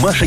Маша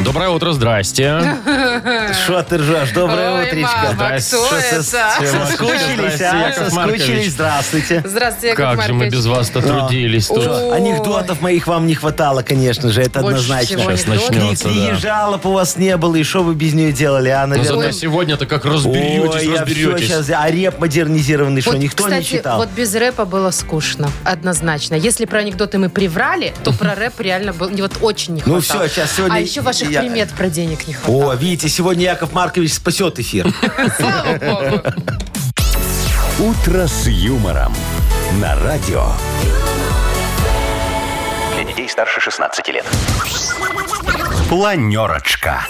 Доброе утро, здрасте. Шо ты ржешь? Доброе Ой, утречко. мама, Здрасте. кто Шо, сос- это? Соскучились, Здрасте, а? Яков Маркович. Соскучились, здравствуйте. Здравствуйте, Яков Как же мы Маркович. без вас-то трудились Ой. тут. Ну, Что, анекдотов моих вам не хватало, конечно же, это Больше всего однозначно. Сейчас анекдот. начнется, Книги и да. жалоб у вас не было, и что вы без нее делали, а, Ну, наверное... зато сегодня-то как Ой, разберетесь, я всё разберетесь. щас- А реп модернизированный, что, Вот, никто кстати, не читал? вот без рэпа было скучно, однозначно. Если про анекдоты мы приврали, то про рэп реально было вот очень не Ну хватало. всё, щас сегодня А еще ваших я- примет про денег не хватало. О, видите, сегодня Яков Маркович спасет эфир. Слава богу. «Утро с юмором» на радио. Для детей старше 16 лет. Планерочка.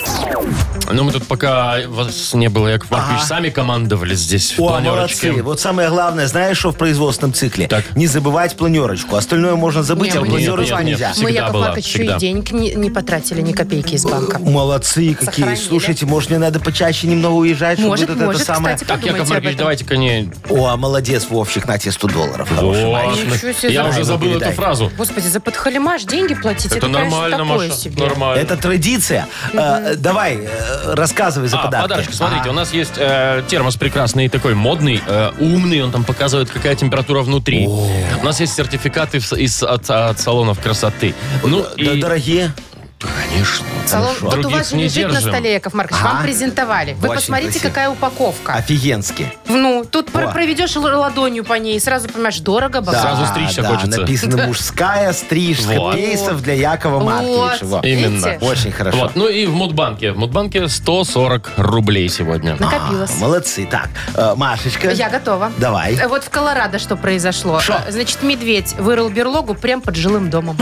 Ну, мы тут пока вас не было, Яков Маркович, сами командовали здесь в А. О, планерочке. а молодцы. Вот самое главное, знаешь, что в производственном цикле? Так. Не забывать планерочку. Остальное можно забыть, Не, а мы не планерочку забывали. нельзя. Всегда Мы, Яков была, Маркович, еще всегда. и денег не, не потратили, ни копейки из банка. Молодцы какие. Сохранили. Слушайте, может, мне надо почаще немного уезжать, чтобы Может, вот это, может, самое... кстати, Так, Яков подумайте об Маркович, этом. давайте-ка не... О, молодец, Вовчик, на тебе 100 долларов. Хороший. О, Ничего ну, себе, Я давай уже ему забыл эту передай. фразу. Господи, за подхалимаш деньги платить, это, Это конечно, нормально, такое Маша. себе. Нормально. Это традиция. Э, Давай, э, рассказывай за А, подарки. подарочки. Смотрите, у нас есть э, термос прекрасный, такой модный, э, умный. Он там показывает, какая температура внутри. У нас есть сертификаты в- из, от, от салонов красоты. Ну, А, да, и... Дорогие. Конечно. Салон, вот у Других вас же не лежит на держим. столе, Яков Маркович, вам Ага. презентовали. Вы Очень посмотрите, красиво. какая упаковка. Офигенски. Ну, тут про- О. проведешь л- ладонью по ней и сразу понимаешь, дорого, богато. Сразу стричься да, хочется. Написано мужская стрижка Вот. пейсов для Якова Марковича. Во. Вот, видите? Именно. Очень хорошо. Вот. Ну и в Мудбанке. В Мудбанке 140 рублей сегодня. Накопилось. А, Молодцы. Так, э, Машечка. Я готова. Давай. Э, Вот в Колорадо что произошло. Шо? Э, Значит, медведь вырыл берлогу прям под жилым домом.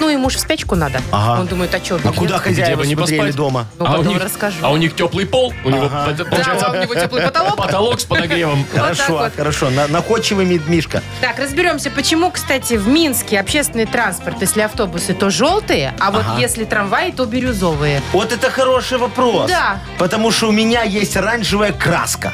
ну, ему ж в спячку надо. А! Ага. Он думает, а что? А куда хозяева бы не смотрели поспать? дома? Ну, у потом них, расскажу. а у них теплый пол. У него Ага. пол- Да, получается а у него теплый потолок. потолок с подогревом. Вот так Хорошо, вот. хорошо. На- Находчивый мед- Мишка. Так, разберемся, почему, кстати, в Минске общественный транспорт, если автобусы, то желтые, а вот если трамваи, то бирюзовые. Вот это хороший вопрос. Да. Потому что у меня есть оранжевая краска.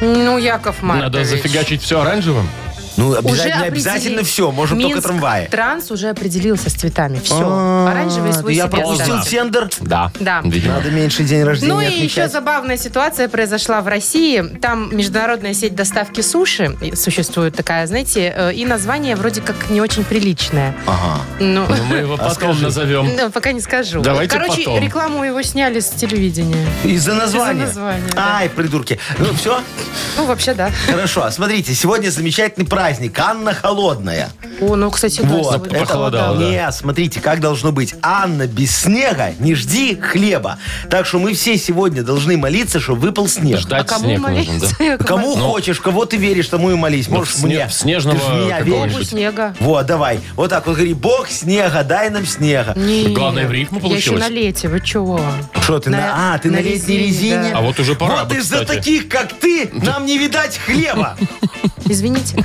Ну, Яков Маркович. Надо зафигачить все оранжевым. Ну, Уже обязательно, определили. обязательно все. Можем только Минск трамваи. Транс уже определился с цветами. Все. А, Оранжевый свой Я себе пропустил оставил. тендер. Да. Да. Видимо. Надо меньше день рождения Ну и отмечать. еще забавная ситуация произошла в России. Там международная сеть доставки суши и существует такая, знаете, э, и название вроде как не очень приличное. Ага. Ну, Ну, мы его потом назовем. да, пока не скажу. Давайте Короче, потом. рекламу его сняли с телевидения. Из-за названия. Из-за названия, да. Ай, придурки. Ну, все? Ну, вообще, да. Хорошо. Смотрите, сегодня замечательный праздник. Анна Холодная. О, ну, кстати, да, Вот, сегодня это похолодало, да. Не, смотрите, как должно быть. Анна, без снега не жди хлеба. Так что мы все сегодня должны молиться, чтобы выпал снег. А Ждать кому снег нужен, да. молиться? Яков Кому Ну. хочешь, кого ты веришь, тому и молись. Ну, Можешь в сне- мне. в снежного Ты ж в меня какого-нибудь. веришь? Богу снега. Вот, давай. Вот так вот говори, бог снега, дай нам снега. Не. Главное, в рифму Я еще получилось. на лете, вы чего? Что ты На- на... А, ты на, на летней резине, резине? да. А вот уже пора Вот бы, из-за кстати. таких, как ты, нам не видать хлеба. Извините.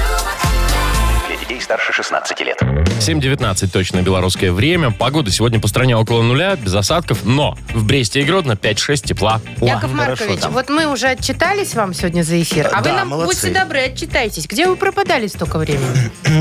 Для детей старше 16 лет. 7.19 точно белорусское время. Погода сегодня по стране около нуля, без осадков, но в Бресте и Гродно 5-6 тепла. О, ну, Яков хорошо Маркович, там. вот мы уже отчитались вам сегодня за эфир, а вы Да, нам молодцы. будьте добры, отчитайтесь. Где вы пропадали столько времени?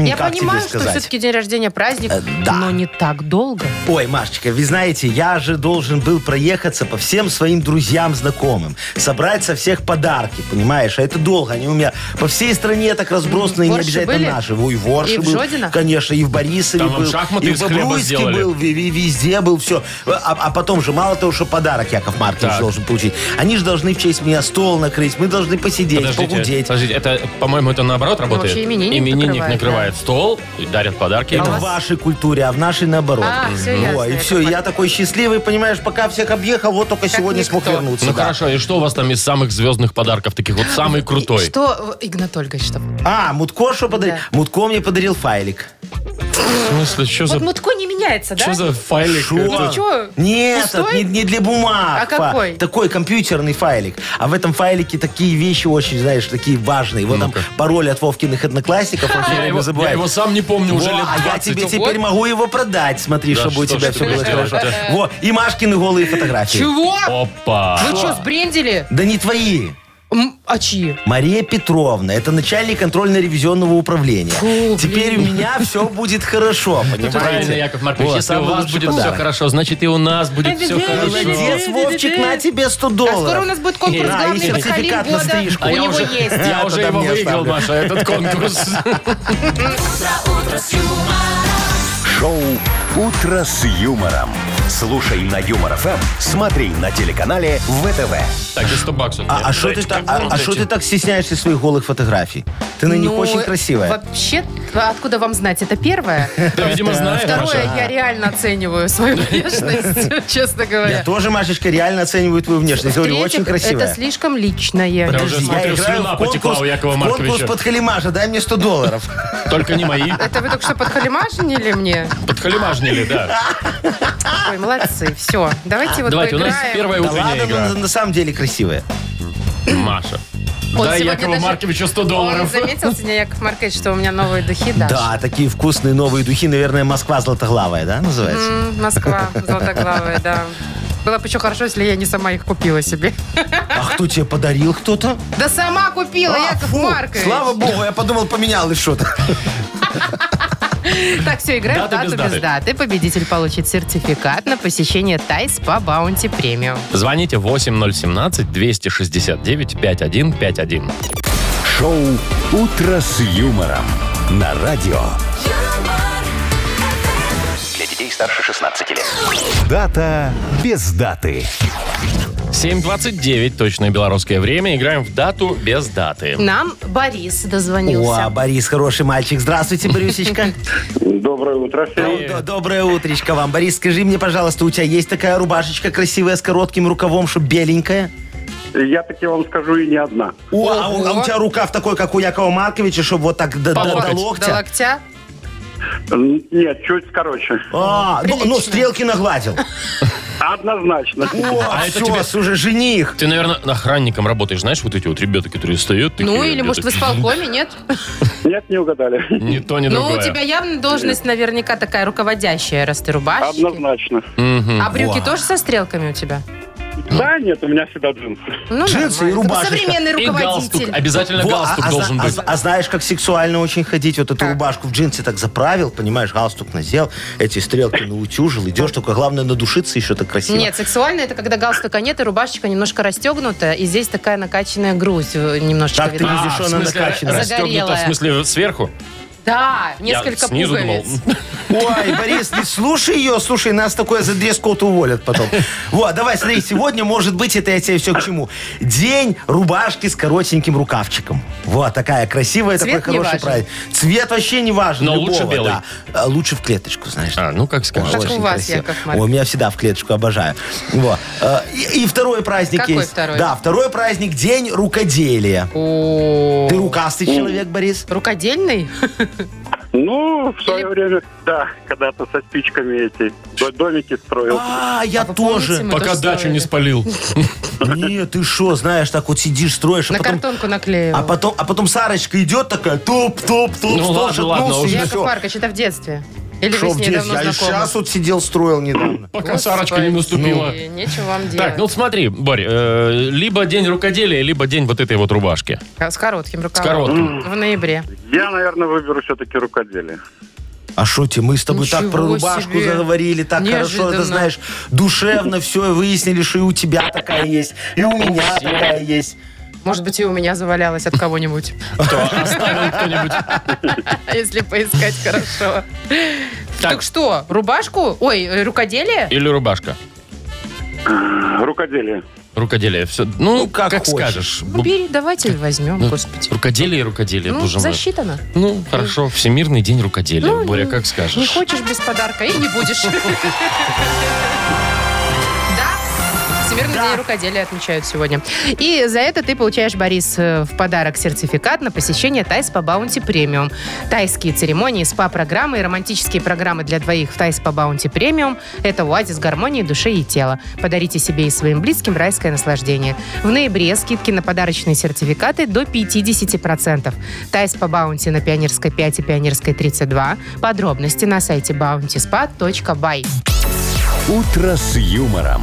Я Как тебе понимаю, что сказать? Э, все-таки день рождения праздник, да. но не так долго. Ой, Машечка, вы знаете, я же должен был проехаться по всем своим друзьям, знакомым, собрать со всех подарки, понимаешь? А это долго, они у меня по всей стране так разбросаны, и не Ворши обязательно были? наши. Ой, Ворши И в был, Жодино? конечно, и в Борисове Там вам был, шахматы и из в хлеба Бобруйске сделали. был, ви- ви- везде был, все. А, а потом же, мало того, что подарок Яков Маркович Так. должен получить, они же должны в честь меня стол накрыть, мы должны посидеть, Подождите, А погудеть. подождите, это, по-моему, это наоборот работает. Ну, вообще именинник накрывает, накрывает, стол, и дарят подарки. Это у в вас- вашей культуре, а в нашей наоборот. А, всё Во, ясно, Ну, и Яков все, и я Маркович. такой счастливый, понимаешь, пока всех объехал, вот только сегодня смог никто. вернуться. Ну да. хорошо, и что у вас там из самых звездных подарков, таких вот самый крутой? Что, э, Игнат Ольгович, что? А, Мутко что подарил? Да. Мутко мне подарил файлик. В смысле, что за... Вот мутко не меняется, да? Что за файлик? Шо? этот? Ну что? Нет, это Пустой? не, не для бумаг. А какой? Такой компьютерный файлик. А в этом файлике такие вещи очень, знаешь, такие важные. Вот там Ну-ка. пароль от Вовкиных одноклассников, он все Я время его, забывает. я его сам не помню уже Во, лет а 20. я тебе Вот. теперь могу его продать, смотри, Да чтобы у что ж тебя ты все было будешь хорошо. делать, да? Во, и Машкины голые фотографии. Чего? Опа. Вы что, сбрендили? Да не твои. М, А чьи? Мария Петровна, это начальник контрольно-ревизионного управления. Фу, Теперь у меня все будет хорошо, Правильно, понимаете? Яков Маркович. Вот, Если у самый вас лучший будет все подарок. хорошо, значит и у нас будет все хорошо. Молодец, Вовчик, на тебе 100 А долларов. скоро у нас будет конкурс Да, и главный Михалин сертификат на года. стрижку. У А я него уже, есть. Я Да, уже тогда его мне выиграл, оставлю. Маша, этот конкурс. Шоу «Утро с юмором». Слушай на Юмор ФМ, смотри на телеканале ВТВ. Так, и 100 баксов. А а что ты, так- а- а что ты так стесняешься своих голых фотографий? Ты на них Ну, очень красивая. Вообще, откуда вам знать? Это первое. Ты, видимо, знаешь, Второе, Маша. я реально оцениваю свою внешность, честно Я говоря. тоже, Машечка, реально оцениваю твою внешность. Говорю, В-третьих, очень красивая. Это слишком личное. Прям уже Я смотрю, играю слюна в конкурс- потекла у Якова в Марковича. конкурс под Халимажа, дай мне 100 долларов. Только не мои. Это вы только что подхалимажнили мне? Подхалимажнили, да. Ой, молодцы. Все, давайте вот Давайте, у нас поиграем. первая Да ладно, ну, утренняя она игра. на самом деле красивая. Маша. Он Дай сегодня Якову даже- Марковичу 100 Он долларов. заметил сегодня, Яков Маркович, что у меня новые духи, да? Да, такие вкусные новые духи, наверное, Москва золотоглавая, да, называется? М, Москва, золотоглавая, да. Было бы еще хорошо, если я не сама их купила себе. А кто тебе подарил кто-то? Да сама купила, А, Яков фу, Маркович. Слава богу, я подумал, поменял и что-то. Так, все, играем в Дата без дату без даты. даты. Победитель получит сертификат на посещение Тайс по Баунти Премиум. Звоните 8017-269-5151. Шоу «Утро с юмором» на радио. Для детей старше 16 лет. Дата без даты. 7.29, точное белорусское время. Играем в дату без даты. Нам Борис дозвонился. О, Борис, хороший мальчик. Здравствуйте, Борисечка. Доброе утро всем. Д- Доброе утречко вам. Борис, скажи мне, пожалуйста, у тебя есть такая рубашечка красивая с коротким рукавом, что беленькая? Я таки вам скажу и не одна. О, а у, а у тебя рукав такой, как у Якова Марковича, чтобы вот так до, до- до локоть. До локтя? локтя. М, Нет, чуть короче. А, ну, ну, Прилично. стрелки нагладил. Однозначно. О, А это все, тебе- уже жених. Ты, наверное, охранником работаешь, знаешь, вот эти вот ребята, которые встают. такие, Ну, или, где-то. может, в исполкоме, нет? Нет, не угадали. Ни то, ни Ну, другое. у тебя явно должность наверняка такая руководящая, раз ты рубашечки. Однозначно. Мгм. А брюки Во. тоже со стрелками у тебя? Да, нет, у меня всегда джинсы. Ну, Джинсы и нормально. рубашечка. Современный И галстук. руководитель. Обязательно Во, галстук а- а должен зна- а быть. зна- А, знаешь, как сексуально очень ходить? Вот эту рубашку в джинсы так заправил, понимаешь, галстук надел, эти стрелки наутюжил, идешь, только главное надушиться еще так красиво. Нет, сексуально это когда галстука нет, и рубашечка немножко расстегнута, и здесь такая накачанная грудь э, немножечко Так ты видна. А, видишь, в она смысле, накачана. расстегнута, в Загорелая. смысле, сверху? Да, несколько Я снизу пуговиц. думал. Ой, Борис, не слушай ее, слушай, нас такое за дресс-код уволят потом. Вот, давай, смотри, сегодня, может быть, это я тебе все к чему. День рубашки с коротеньким рукавчиком. Вот, такая красивая, Цвет такой не хороший важен. праздник. Цвет вообще не важен. Но лучше любого, белый. да. А, Лучше в клеточку, знаешь. А, ну как скажешь. Как у Очень вас, красиво. Яков Ой, Маркович. У меня всегда в клеточку, обожаю. Вот. А, И, и второй праздник Какой есть. второй? Да, второй праздник – День рукоделия. О, Ты рукастый человек, Борис? Рукодельный? Ну, в свое время, да, когда-то со спичками эти до- домики строил. А, я вы помните, тоже. мы Пока тоже дачу строили. не спалил. Нет, ты что, знаешь, так вот сидишь, строишь, а На потом... картонку наклеил. А потом, а потом Сарочка идет такая, топ, топ, топ, Ну стоп, ладно, шатнулся, ладно, и уже Яков всё. Маркович, это в детстве? Или Шо вы с в ней детстве? давно Я знакомы? сейчас вот сидел, строил недавно. Пока Господи, А Сарочка не наступила. Нечего вам делать. Так, ну смотри, Борь, э, либо день рукоделия, либо день вот этой вот рубашки. А С коротким С рукавом. коротким. В ноябре. Я, наверное, выберу все-таки рукоделие. А что тебе, мы с тобой так Ничего про рубашку себе. заговорили, так хорошо, Неожиданно. это знаешь, душевно все выяснили, что и у тебя такая есть, и у меня такая есть. Может быть, и у меня завалялось от кого-нибудь. Кто оставил кто-нибудь? Если поискать хорошо. Так. Так что, рубашку? Ой, э, рукоделие? Или рубашка? Рукоделие. Рукоделие. Все. Ну, Ну, как как, хочешь. скажешь. Ну, бери, давайте возьмем, Ну, господи. Рукоделие и рукоделие, Ну, боже мой. засчитано. Ну, хорошо. Всемирный день рукоделия. Ну, Боря, не- как скажешь. Не хочешь без подарка и не будешь. Да? Всемирный Да. день рукоделия отмечают сегодня. И за это ты получаешь, Борис, э, в подарок сертификат на посещение Тайс по Баунти Премиум. Тайские церемонии, СПА-программы и романтические программы для двоих в Тайс по Баунти Премиум – это оазис гармонии души и тела. Подарите себе и своим близким райское наслаждение. В ноябре скидки на подарочные сертификаты до 50%. Тайс по Баунти на Пионерской 5 и Пионерской 32. Подробности на сайте bountyspa.by. «Утро с юмором»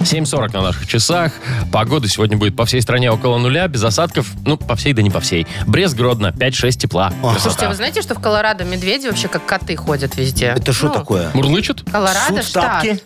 7.40 на наших часах. Погода сегодня будет по всей стране около нуля, без осадков. Ну, по всей, да не по всей. Брест, Гродно, 5-6 тепла. Слушайте, а Красота. вы знаете, что в Колорадо медведи вообще как коты ходят везде? Это что Ну, такое? Мурлычет? Колорадо, Суд, штат. тапки?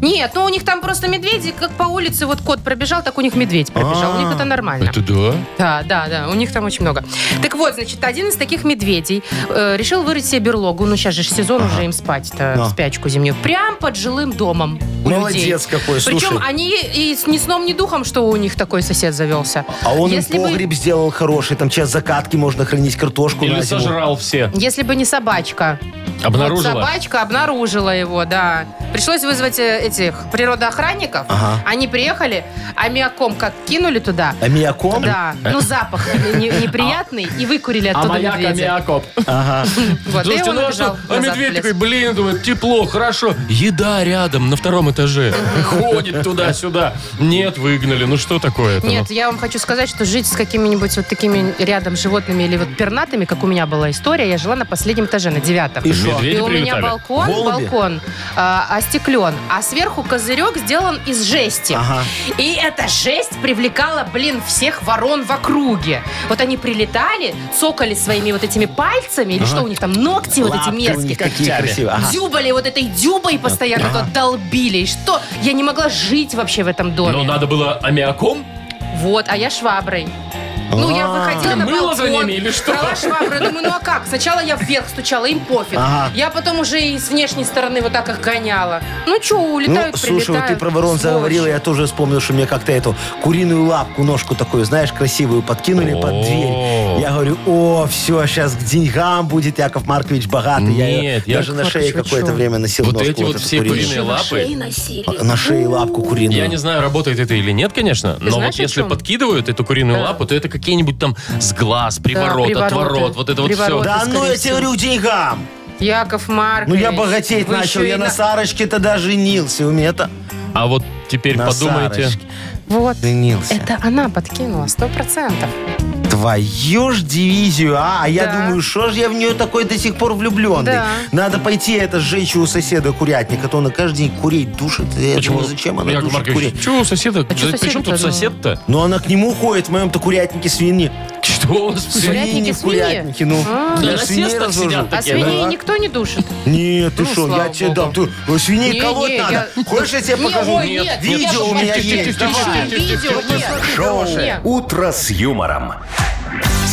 Нет, ну у них там просто медведи, как по улице вот кот пробежал, так у них медведь пробежал. У А, них это нормально. Это да. Да, да, да, у них там очень много. Так вот, значит, один из таких медведей э, решил вырыть себе берлогу, ну сейчас же ж сезон уже им спать-то, Да. в спячку зимнюю, прям под жилым домом у людей. Молодец какой, слушай. Причем они и с ни сном, ни духом, что у них такой сосед завелся. А он им Если бы- погреб сделал хороший, там сейчас закатки можно хранить, картошку Или на зиму. сожрал все. Если бы не собачка. Обнаружила? Вот собачка обнаружила его, да. Пришлось вызвать э, этих природоохранников. Ага. Они приехали, аммиаком как кинули туда. А Аммиаком? Да, ну запах не- неприятный, и выкурили А оттуда маяк, медведя. аммиакоп. Вот, и Слушайте, он ну а убежал что? А назад в медведь лес. такой, блин, думает, тепло, хорошо. Еда рядом, на втором этаже. Ходит туда-сюда. Нет, выгнали. Ну что такое-то? ну? Нет, я вам хочу сказать, что жить с какими-нибудь вот такими рядом животными или вот пернатыми, как у меня была история, я жила на последнем этаже, на девятом. И что? Ну, Медведи И у меня прилетали. балкон, Голуби? балкон а, остеклен, а сверху козырек сделан из жести. Ага. И эта жесть привлекала, блин, всех ворон в округе. Вот они прилетали, цокали своими вот этими пальцами, или что у них там, ногти вот эти Лапки у них мерзкие. такие красивые. Ага. Дюбали вот этой дюбой постоянно тут долбили. И что? Я не могла жить вообще в этом доме. Но надо было аммиаком? Вот, а я шваброй. Ну, А. я выходила Ты на мыла балкон, за ними или что? брала швабру, думаю, ну а как? Сначала я вверх стучала, им пофиг. Ага. Я потом уже и с внешней стороны вот так их гоняла. Ну что, улетают, ну, слушай, вот ты прилетают, про ворон сволочи. заговорила, я тоже вспомнил, что мне как-то эту куриную лапку, ножку такую, знаешь, красивую, подкинули под О. дверь. Я говорю, о, все, сейчас к деньгам будет Яков Маркович богатый. я ее Нет, Яков даже на шее Маркович, вы какое-то чё? время носил Вот ножку. эти вот эту все куриную. куриные лапы. На шее лапку куриную. Я не знаю, работает это или нет, конечно, но знаешь, вот о если чем? подкидывают эту куриную Да. лапу, то это какие-нибудь там с глаз, приворот, привороты. отворот, вот это вот все. Привороты. Да ну, скорее я тебе всего. говорю, к деньгам. Яков Ну, Маркович. я богатеть вы начал, еще я и на Сарочке тогда женился. У меня-то А вот теперь на подумайте. Сарочке Вот, женился. это она подкинула, сто процентов. Твою ж дивизию, а? А я Да. думаю, что ж я в нее такой до сих пор влюбленный. Да. Надо пойти это сжечь у соседа курятника, то на каждый день курей душит. Я думаю, Ну, зачем она Яков душит Маркович, курей? чё у соседа? А чё Да Причем соседу-то тут думал? сосед-то? Но она к нему ходит, в моем-то курятнике свиньи. Что у вас в Курятники, не в свиньи? курятнике, ну. А. Я На свиней сестах развожу. сидят А Такие, свиней да? никто не душит? Нет, ты Ну, что, я слава тебе дам. богу. Ты, о, свиней Не, колоть не, надо? я- Хочешь, я тебе Не, покажу? ой, нет, нет, Видео у меня Яков Маркович, есть. ты что, давай. видео нет. Шоу Нет. «Утро с юмором».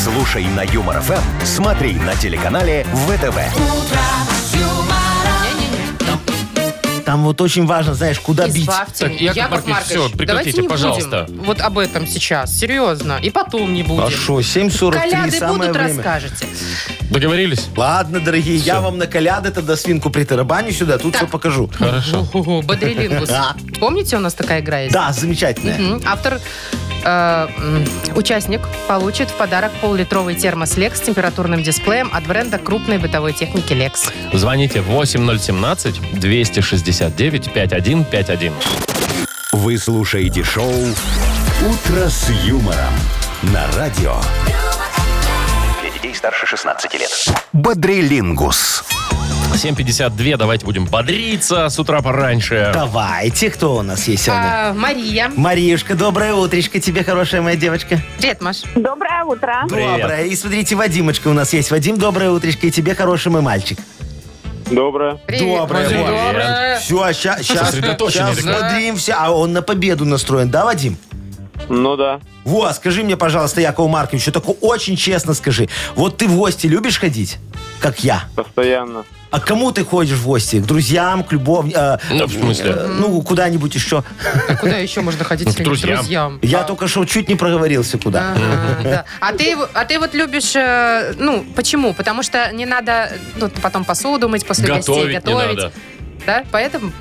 Слушай на Юмор ФМ, смотри на телеканале ВТВ. Не-не-не. Там вот очень важно, знаешь, куда бить. Избавьте Так, меня. Яков Маркович, всё, прекратите, давайте не пожалуйста. будем вот об этом сейчас, серьезно. И потом не будем. А что, 7.43, Коляды самое будут, время. расскажете. Договорились? Ладно, дорогие, я вам на коляды тогда свинку притарабаню сюда, тут все покажу. Хорошо. Ого, Бодрилингус. Да. Помните, у нас такая игра есть? Да, замечательно. Мгм. Автор, э, м, участник получит в подарок пол-литровый термос Lex с температурным дисплеем от бренда крупной бытовой техники Lex. Звоните 8017-269-5151. Вы слушаете шоу «Утро с юмором» на радио Для детей старше 16 лет. «Бодрилингус». 7.52, давайте будем бодриться с утра пораньше. Давайте, кто у нас есть сегодня? А, Мария. Мариюшка, доброе утречко тебе, хорошая моя девочка. Привет, Маш. Доброе А? утро. Привет. Доброе. И смотрите, Вадимочка у нас есть. Вадим, доброе утречко и тебе, хороший мой мальчик. Доброе. Привет, Доброе, а Маш. Вадим. Доброе. Все, сейчас, сейчас, Сосредоточенный такой. бодримся. А он на победу настроен, да, Вадим? Ну да. Вот, скажи мне, пожалуйста, Якову Марковичу, только очень честно скажи, вот ты в гости любишь ходить, как я? Постоянно. А к кому ты ходишь в гости? К друзьям, к любовь... Ну, в смысле? ну, куда-нибудь еще. А куда еще можно ходить, если не к Ну, друзьям. друзьям? А, Я только что чуть не проговорился куда. Ага, да. А ты, его- а ты вот любишь, э, ну, почему? Потому что не надо ну, потом посуду мыть после Готовить гостей, не готовить. надо. Да, поэтому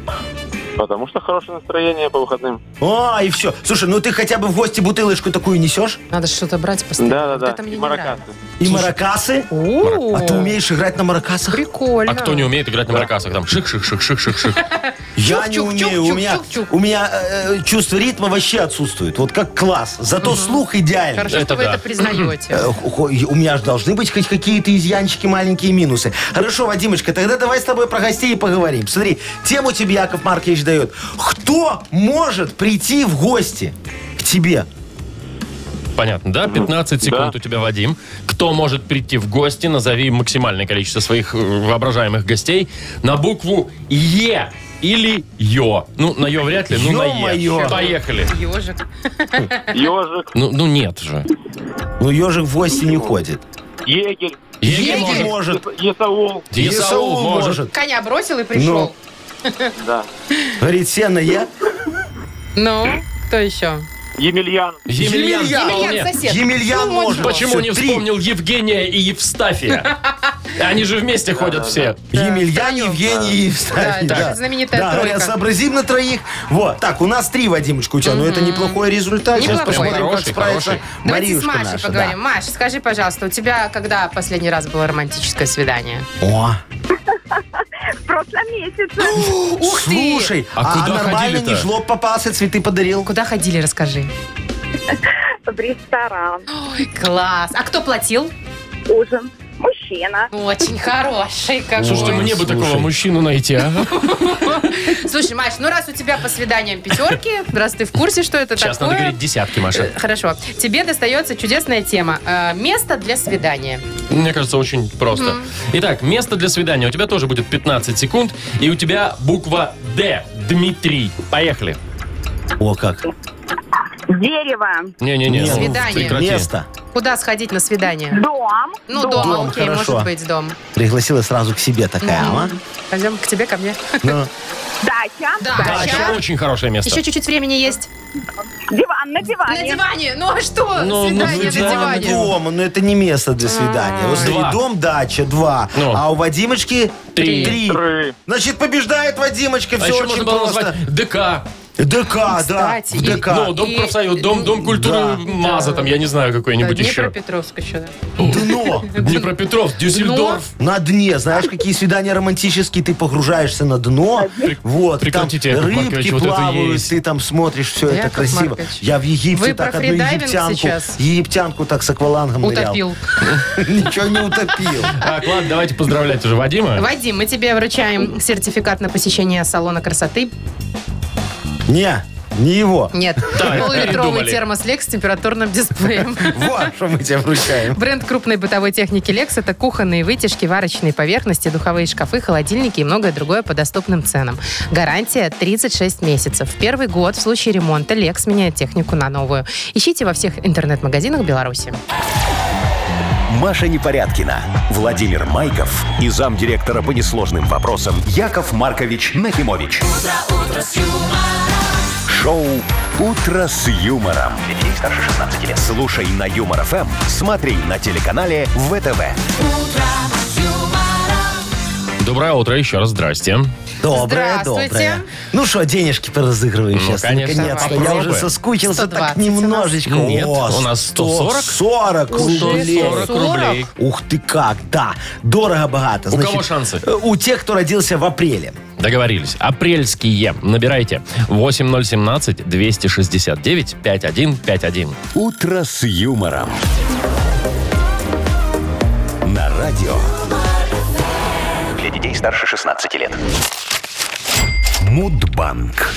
Потому что хорошее настроение по выходным. О, и все. Слушай, ну ты хотя бы в гости бутылочку такую несешь? надо что-то брать постоянно. Вот Да-да-да. это мне И не маракасы. И маракасы? нравится. А ты умеешь играть на маракасах? Прикольно. А кто не умеет играть на маракасах? Там шик-шик-шик-шик-шик-шик. Я не Чух-чух, умею. У чух-чух, меня, чух-чух. у меня э, чувство ритма вообще отсутствует. Вот как класс. Зато слух идеальный. Хорошо, Это что вы да. это признаете. Э, хо- У меня же должны быть хоть какие-то изъянчики, маленькие минусы. Хорошо, Вадимочка, тогда давай с тобой про гостей поговорим. Смотри, тему тебе Яков Маркович дает. Кто может прийти в гости к тебе? Понятно, да? 15 секунд Да. у тебя, Вадим. Кто может прийти в гости? Назови максимальное количество своих э, воображаемых гостей на букву Е или Ё. Ну, на Ё вряд ли, ну на Е. Ё-моё. Поехали. Ежик. Ежик, Ну, ну нет же. Ну, ежик в гости не ходит. егерь, Е Егерь может. может. есаул. Есаул может. Коня бросил и пришел. Да. Говорит, сено я. Ну, кто еще? Емельян. Емельян Емельян. вполне. Емельян сосед. Емельян Ну, вот может. Почему Всё, не три. вспомнил Евгения и Евстафия? Они же вместе ходят все. Емельян, Евгений и Евстафий, Да, это знаменитая Да, говорят, тройка. сообразим на троих. Вот, так, у нас три, Вадимочка, у тебя. Но это неплохой результат. Сейчас Неплохой. посмотрим, как Хороший, справится хороший. Давайте с Мариюшка Машей наша. да. поговорим. Маш, скажи, пожалуйста, у тебя когда последний раз было романтическое свидание? О, В прошлом месяце. Ух ты! слушай, А а куда нормально ходили-то? не жлоб попался, цветы подарил. Куда ходили, расскажи. В ресторан. Ой, класс. А кто платил? Ужин. Мужчина. Очень хороший какой. Слушайте, мне бы слушай. такого мужчину найти, а? Слушай, Маш, ну раз у тебя по свиданиям пятерки, раз ты в курсе, что это Сейчас надо такое... э, говорить десятки, Маша. Хорошо. Тебе достается чудесная тема. Э, место для свидания. Мне кажется, очень просто. Итак, место для свидания. У тебя тоже будет 15 секунд. И у тебя буква Д. Дмитрий. Поехали. О, как. Дерево. Не-не-не. Нет. ну, Свидание. прекрати. Место. Куда сходить на свидание? Дом. Ну, дома, Дом, окей, хорошо. может быть, дом. Пригласила сразу к себе такая, а? Пойдем к тебе, ко мне. Ну, Дача. Дача. Очень хорошее место. Еще чуть-чуть времени есть. Диван на диване. На диване. Ну а что? Ну, ну, свидание на диван, диване. дома, но это не место для свидания. Вот смотри, Два. дом, дача, два. Ну. А у Вадимочки Три. три. Три. Значит, побеждает Вадимочка, А все еще очень можно было просто. назвать ДК. ДК, да, Кстати, в и- ДК. Ну, дом И- профсоюз, дом, дом культуры Да. МАЗа, там, я не знаю, какой-нибудь Да, еще. Днепропетровск еще. да. ну. Дно. Днепропетров, Дюссельдорф. На дне, знаешь, какие свидания романтические, ты погружаешься на дно, вот, прекратите, там Яков рыбки Маркович, вот это плавают, есть. ты там смотришь, все это Яков красиво. Маркович, Я в Египте вы так про одну фридайвинг египтянку, сейчас? египтянку так с аквалангом Утопил. нырял. Ничего не утопил. Так, ладно, давайте поздравлять уже Вадима. Вадим, мы тебе вручаем сертификат на посещение салона красоты. Не, не его. Нет, Да, полулитровый передумали. термос Lex с температурным дисплеем. Вот, что мы тебе вручаем. Бренд крупной бытовой техники Lex – это кухонные вытяжки, варочные поверхности, духовые шкафы, холодильники и многое другое по доступным ценам. Гарантия 36 месяцев. В первый год в случае ремонта Lex меняет технику на новую. Ищите во всех интернет-магазинах Беларуси. Маша Непорядкина, Владимир Майков и замдиректора по несложным вопросам Яков Маркович Нахимович. Шоу Утро с юмором. Для детей старше 16 лет. Слушай на юмор ФМ, смотри на телеканале ВТВ. Доброе утро, еще раз здрасте. Доброе, Здравствуйте. доброе. Ну что, денежки поразыгрываем сейчас. Ну, конечно. Наконец-то. Давай. Я уже Попробуем. соскучился 120 так у нас. немножечко. Нет, О, у нас 140. 140 рублей. 40 рублей. Ух ты как, да. Дорого-богато. У кого шансы? э, У тех, кто родился в апреле. Договорились. Апрельские. Набирайте. 8017-269-5151. Утро с юмором. На радио Для детей старше 16 лет. Мудбанк.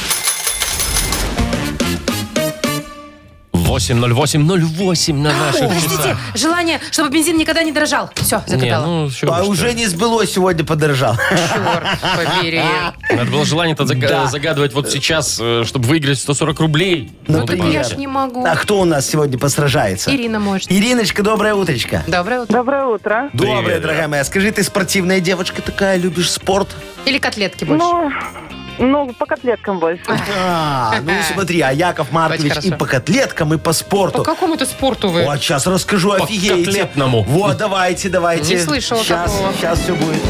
0808 на наших Простите, часах. желание, чтобы бензин никогда не дрожал. Все, Не, закатала. ну, чё А уж уже так. не сбылось, сегодня подорожал. Черт побери. э, Надо было желание-то зага- Да. загадывать вот сейчас, э, чтобы выиграть 140 рублей. типа, Ну, Вот так и- я ж не могу. А кто у нас сегодня посражается? Ирина может. Ириночка, доброе утречко. Доброе утро. Доброе утро. Доброе, Привет. дорогая моя. Скажи, ты спортивная девочка такая, любишь спорт? Или котлетки больше. Ну, ну, по котлеткам больше. А, ну смотри, а Яков Маркович Очень и хорошо. по котлеткам, и по По спорту. какому-то спорту вы? Вот, сейчас расскажу, офигеете. котлетному. Вот, давайте, давайте. Не слышала сейчас, такого. Сейчас все будет.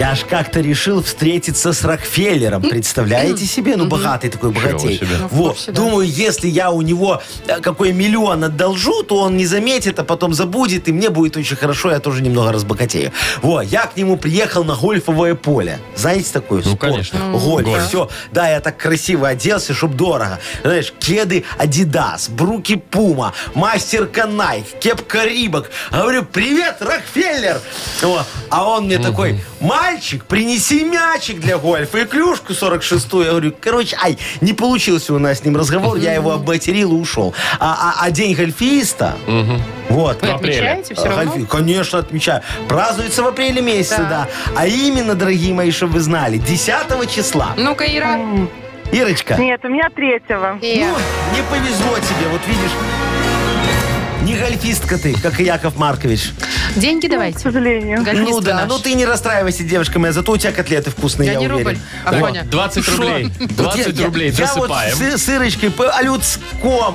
Я аж как-то решил встретиться с Рокфеллером, представляете себе? Ну, богатый такой, богатей. себе. Ну, в Вот, курсе, да. думаю, если я у него э, какой миллион одолжу, то он не заметит, а потом забудет, и мне будет очень хорошо, я тоже немного разбогатею. Вот, я к нему приехал на гольфовое поле. Знаете такое? Ну, конечно. Гольф, все. Да, я так красиво оделся, чтобы дорого. Знаешь, кеды Адидас, бруки Пума, мастерка Найк, кепка Рибок. Говорю, привет, Рокфеллер! О, а он мне такой, мальчик, принеси мячик для гольфа и клюшку 46-ю. Я говорю, короче, ай, не получился у нас с ним разговор, я его обматерил и ушел. А, а- а день гольфиста, вот, А, Вы в апреле. отмечаете все равно? Гольфи- Конечно, отмечаю. Празднуется в апреле месяце, да. А именно, дорогие мои, чтобы вы знали, 10 числа. Ну-ка, Ира. Ирочка, Нет, у меня третьего. Э, ну, не повезло тебе, вот видишь. Не гольфистка ты, как и Яков Маркович. Деньги К давайте. сожалению. Гольфист ну вы да, наш. ну ты не расстраивайся, девочка моя, зато у тебя котлеты вкусные, Я я, не уверен. рубль, а Вот, Афоня. 20 рублей. Вот я- 20 я- рублей Я вот досыпаем. с, с Ирочкой по- о людском,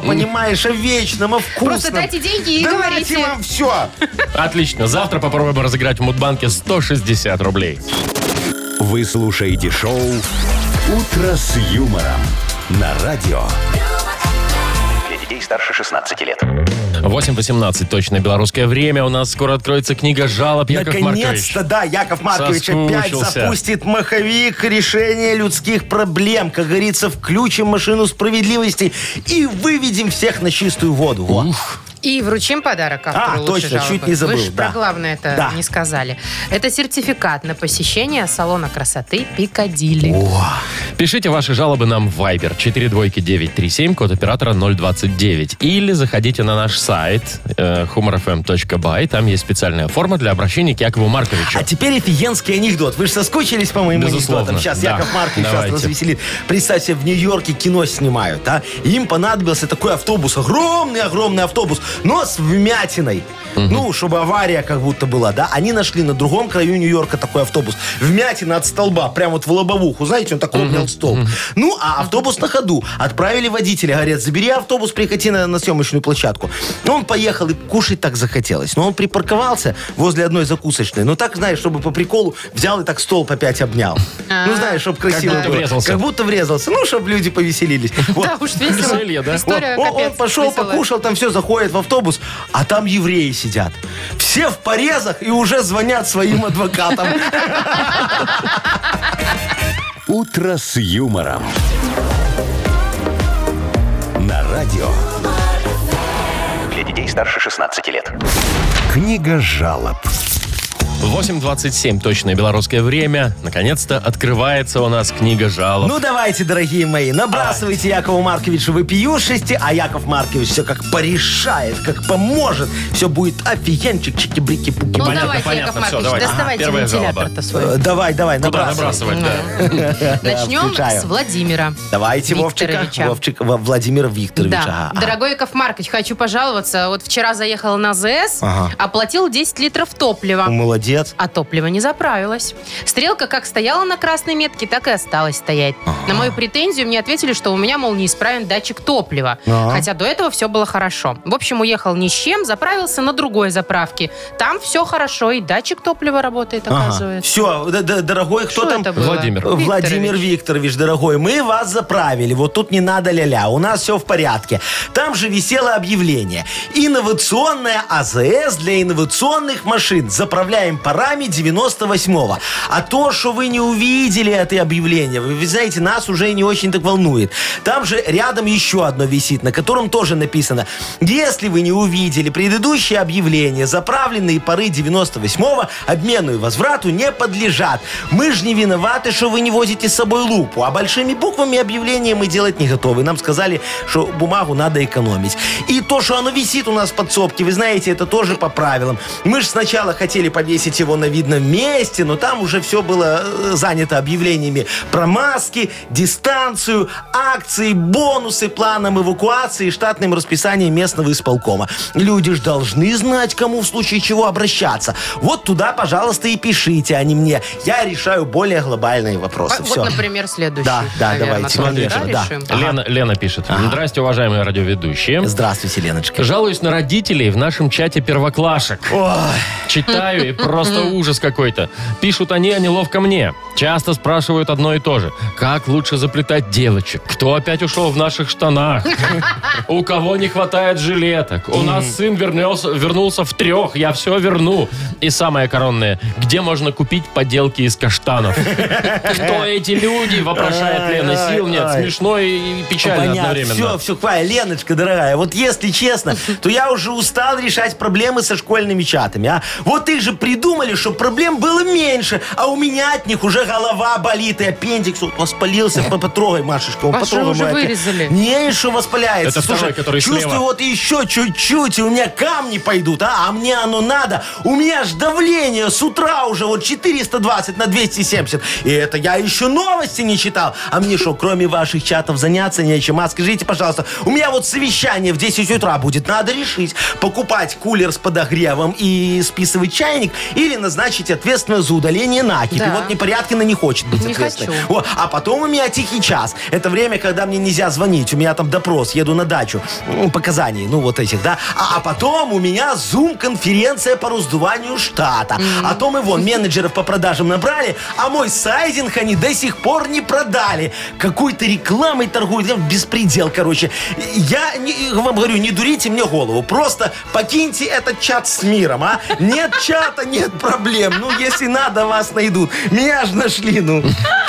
понимаешь, о вечном, о вкусном. Просто дайте деньги и Давайте говорите. вам все. Отлично. Завтра попробуем разыграть в Мудбанке 160 рублей. Вы слушаете шоу «Утро с юмором» на радио. Для детей старше 16 лет. 8.18 точно белорусское время. У нас скоро откроется книга жалоб Яков Маркович. Наконец-то, да, Яков Маркович опять Соскучился. запустит маховик решения людских проблем. Как говорится, включим машину справедливости и выведем всех на чистую воду. Во. И вручим подарок автору А, лучшей точно, жалобы. чуть не забыл, Вы же да. про главное это Да. не сказали. Это сертификат на посещение салона красоты Пикадилли. Пишите ваши жалобы нам в Viber 42937, код оператора 029. Или заходите на наш сайт э, humorfm.by. Там есть специальная форма для обращения к Якову Марковичу. А теперь офигенский анекдот. Вы же соскучились по моим Безусловно, анекдотам. Сейчас да. Яков Маркович Давайте. сейчас развеселит. Представьте, в Нью-Йорке кино снимают, а? Им понадобился такой автобус, огромный-огромный автобус, но с вмятиной. Ну, чтобы авария как будто была, да? Они нашли на другом краю Нью-Йорка такой автобус. Вмятина от столба, прям вот в лобовуху. Знаете, он так обнял столб. Ну, а автобус на ходу. Отправили водителя, говорят, забери автобус, прикати на, на съемочную площадку. Ну, он поехал и кушать так захотелось. Но он припарковался возле одной закусочной. Ну, так, знаешь, чтобы по приколу взял и так столб опять обнял. Ну, знаешь, чтобы красиво будто было. врезался. Как будто врезался. Ну, чтобы люди повеселились. Вот. Да, уж весело. Веселье, да? История О, о, капец он пошел, веселая. покушал, там все, заходит в автобус, а там евреи сидят. Все в порезах и уже звонят своим адвокатам. «Утро с юмором». На радио. Для детей старше 16 лет. Книга жалоб. 8.27 точное белорусское время. Наконец-то открывается у нас книга жалоб. Ну, давайте, дорогие мои, набрасывайте Якову Марковичу вопиюшести, а Яков Маркович все как порешает, как поможет. Все будет офигенчик, чики-брики-пуки. Ну, Понятно, давайте, понятно, Яков всё, Маркович, давайте. доставайте Ага, первая жалоба. вентилятор-то Э, свой. Давай, давай, Ну, Куда набрасывай. набрасывать, да? Начнем включаю. с Владимира. Давайте, Вовчика. Викторовича. Вовчик, Во- Владимир Викторович. Да. ага. Дорогой Яков Маркович, хочу пожаловаться. Вот вчера заехал на ЗС, Ага. оплатил 10 литров топлива. Молодец. А топливо не заправилось. Стрелка как стояла на красной метке, так и осталась стоять. На мою претензию мне ответили, что у меня, мол, неисправен датчик топлива. Ага. Хотя до этого все было хорошо. В общем, уехал ни с чем, заправился на другой заправке. Там все хорошо, и датчик топлива работает, оказывается. Все, дорогой, кто Что там? это было? Владимир. Викторович. Владимир Викторович, дорогой, мы вас заправили. Вот тут не надо ля-ля. У нас все в порядке. Там же А висело объявление. Инновационная АЗС для инновационных машин. Заправляем парами 98-го. А то, что вы не увидели это объявление, вы, вы знаете, нас уже не очень так волнует. Там же рядом еще одно висит, на котором тоже написано, если вы не увидели предыдущее объявление, заправленные пары 98-го обмену и возврату не подлежат. Мы же не виноваты, что вы не возите с собой лупу, а большими буквами объявление мы делать не готовы. Нам сказали, что бумагу надо экономить. И то, что оно висит у нас в подсобке, вы знаете, это тоже по правилам. Мы же сначала хотели повесить его на видном месте, но там уже все было э, занято объявлениями про маски, дистанцию, акции, бонусы, планом эвакуации, штатным расписанием местного исполкома. Люди же должны знать, кому в случае чего обращаться. Вот туда, пожалуйста, и пишите, а не мне. Я решаю более глобальные вопросы. Вот, Все. например, следующий. Да, да, наверное, давайте, тоже, конечно, да. решим? Лена, Лена пишет. Здрасте, уважаемые радиоведущие. Здравствуйте, Леночка. Жалуюсь на родителей в нашем чате первоклашек. Читаю, и просто ужас какой-то. Пишут они, а неловко мне. Часто спрашивают одно и то же. Как лучше заплетать девочек? Кто опять ушел в наших штанах? У кого не хватает жилеток? У нас сын вернелся, вернулся в трех, я все верну. И самое коронное, где можно купить поделки из каштанов? Кто эти люди? Вопрошает Ай, Лена. ай, Сил нет, ай. смешно и и печально Все, одновременно. все, хватит. Леночка, дорогая, вот если честно, то я уже устал решать проблемы со школьными чатами, а? Вот их же придумали, что проблем было меньше, а у меня от них уже голова болит и аппендикс вот воспалился. По- Потрогай, Машечка, он Вас же потрогай. А уже мой аппен- вырезали. Не, еще воспаляется. Это второй, Слушай, который слева. чувствую, вот еще чуть-чуть, и у меня камни пойдут, а? А мне оно надо. У меня ж давление с утра уже вот 420 на 270. И это я еще новости не читал. А мне что, кроме ваших чатов заняться нечем? А скажите, пожалуйста, у меня вот совещание в 10 утра будет. Надо решить, покупать кулер с подогревом и списывать чайник или назначить ответственное за удаление накипи. Да. Вот Непорядкина не хочет быть Не ответственной. хочу. О, а потом у меня тихий час. Это время, когда мне нельзя звонить. У меня там допрос. Еду на дачу. М, Показаний, ну вот этих, да. А, а потом у меня зум-конференция по раздуванию штата. А то мы вон менеджеров по продажам набрали, а мой сайдинг они до сих пор не продали. Какой-то рекламой торгуют. Э, Беспредел, короче. Я не- вам говорю, не дурите мне голову. Просто покиньте этот чат с миром, а. Нет чата, нет проблем. Ну, если надо, вас найдут. Меня ж нашли, ну.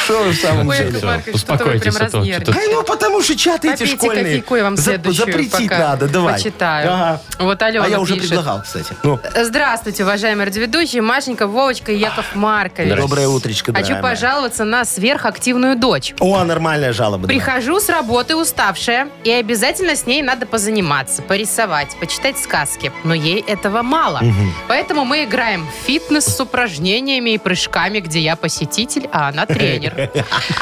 Что вы в самом Ой, деле? Яков Всё, Маркович, что-то вы успокойтесь, прям а то разнервничались. что-то Ай, ну потому что чаты эти Попейте школьные. кофейку, я вам зап- следующую Запретить пока надо, давай. почитаю. Ага. Вот Алена А я уже пишет. предлагал, кстати. Ну, Здравствуйте, уважаемые радиоведущие, Машенька, Вовочка и Яков Маркович. доброе утречко, Хочу дорогая моя. пожаловаться на сверхактивную дочь. О, нормальная жалоба. давай. Прихожу с работы уставшая, и обязательно с ней надо позаниматься, порисовать, почитать сказки. Но ей этого мало. Поэтому мы играем в фитнес с упражнениями и прыжками, где я посетитель, а она тренер.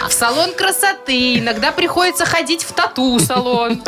В салон красоты. Иногда приходится ходить в тату-салон.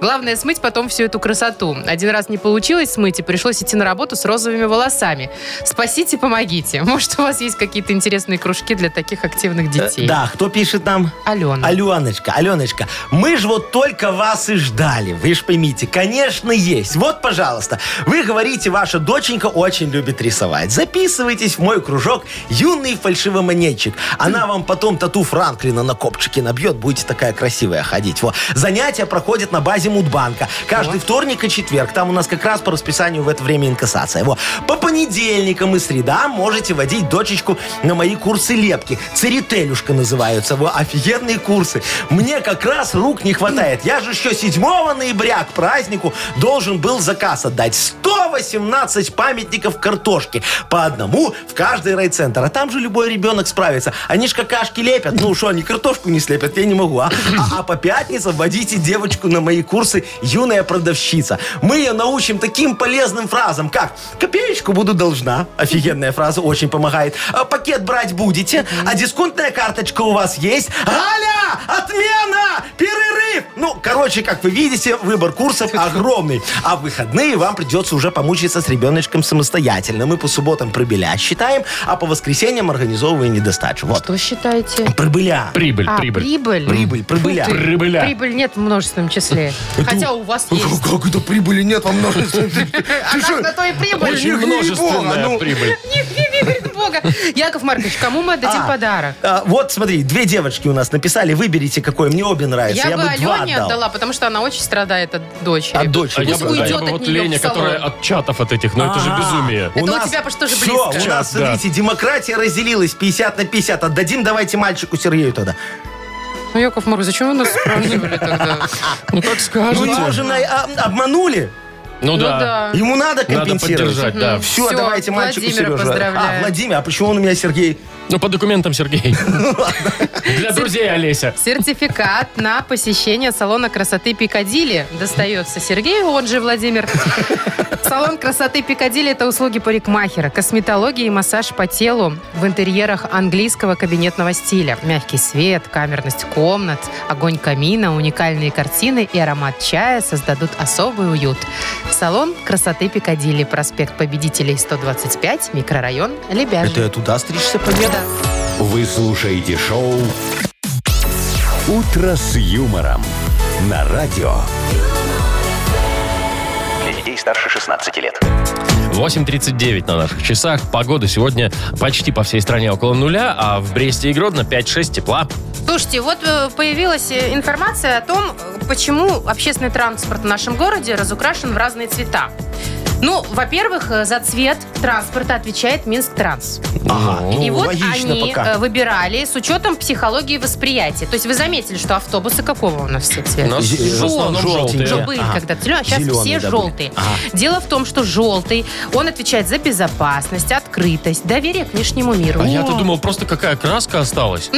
Главное смыть потом всю эту красоту. Один раз не получилось смыть, и пришлось идти на работу с розовыми волосами. Спасите, помогите. Может, у вас есть какие-то интересные кружки для таких активных Э, детей? Да, кто пишет нам? Алена. Аленочка, Аленочка, мы ж вот только вас и ждали. Вы ж поймите, конечно, есть. Вот, пожалуйста, вы говорите, ваша доченька очень любит рисовать. Записывайтесь в мой кружок «Юный фальшивомонетчик». Она вам потом тату Франклина на копчике набьет, будете такая красивая ходить. Во. Занятия проходят на базе Мудбанка. Каждый вторник и четверг. Там у нас как раз по расписанию в это время инкассация. Во. По понедельникам и средам можете водить дочечку на мои курсы лепки. Церетелюшка называются. Во, офигенные курсы. Мне как раз рук не хватает. Я же еще 7 ноября к празднику должен был заказ отдать. 118 памятников картошки. По одному в каждый райцентр. А там же любой ребенок справится. Они ж какашки лепят. Ну что, они картошку не слепят, я не могу. А, А- а по пятницам водите девочку на мои курсы «Юная продавщица». Мы ее научим таким полезным фразам, как «Копеечку буду должна». Офигенная фраза, очень помогает. «А «Пакет брать будете», «А дисконтная карточка у вас есть?» «Галя, отмена! Перерыв!» Ну, короче, как вы видите, выбор курсов огромный. А в выходные вам придется уже помучиться с ребеночком самостоятельно. Мы по субботам пробеля считаем, а по воскресеньям организовываем недостачу. Вот. Что считаете? Пробыля. Прибыль, А, прибыль. прибыль. Прибыль, прибыля. Фу ты, Прибыля. Прибыль нет в множественном числе. Хотя у вас есть. Как это прибыли нет во множестве? А как на то и прибыль. Очень не- не бога, множественная ну. прибыль. Нет, нет, нет, бога. Яков Маркович, кому мы отдадим А, подарок? а, вот, смотри, две девочки у нас написали, выберите, какое. Мне обе нравятся. Я, Я, бы два Алене отдал. отдала, потому что она очень страдает от дочери. От дочери. А я Пусть бы, а уйдет я бы от вот нее Леня, в салон. А. которая от чатов от этих, ну это же Ага. безумие. Это у тебя, потому что всё, у нас, близко. Да. смотрите, демократия разделилась 50 на 50. Отдадим давайте мальчику Сергею тогда. Ну, Яков Маркович, зачем вы нас спрашивали тогда? Ну как Ну, скажете. его же на- а- обманули. Ну Ну да. да. Ему надо Надо компенсировать. поддержать, да. Все, Всё, давайте мальчику Владимира Сережу. поздравляю. А, Владимир, а почему он у меня Сергей? Ну по документам, Сергей. Для друзей Олеся. Сертификат на посещение салона красоты Пикадилли достается Сергею, он же Владимир. Салон красоты Пикадилли – это услуги парикмахера, косметология и массаж по телу в интерьерах английского кабинетного стиля. Мягкий свет, камерность комнат, огонь камина, уникальные картины и аромат чая создадут особый уют. Салон красоты Пикадилли, проспект Победителей, 125, микрорайон Это Лебяжий. я туда стричься поеду. Да. Вы слушаете шоу «Утро с юмором» на радио. Для детей старше 16 лет. 8.39 на наших часах. Погода сегодня почти по всей стране около нуля, а в Бресте и Гродно 5-6 тепла. Слушайте, вот э, появилась э, информация о том, э, почему общественный транспорт в нашем городе разукрашен в разные цвета. Ну, во-первых, э, за цвет транспорта отвечает Минск Транс. Ага. И Ну, вот логично они пока. э, выбирали с учетом психологии восприятия. То есть вы заметили, что автобусы какого у нас все цвета? Но Зе- в основном желтенькие. Уже желтые. были Ага. когда-то зеленые, а сейчас Зелёные, да, все были. желтые. Ага. Дело в том, что желтый, он отвечает за безопасность, открытость, доверие к внешнему миру. А я-то думал, просто какая краска осталась.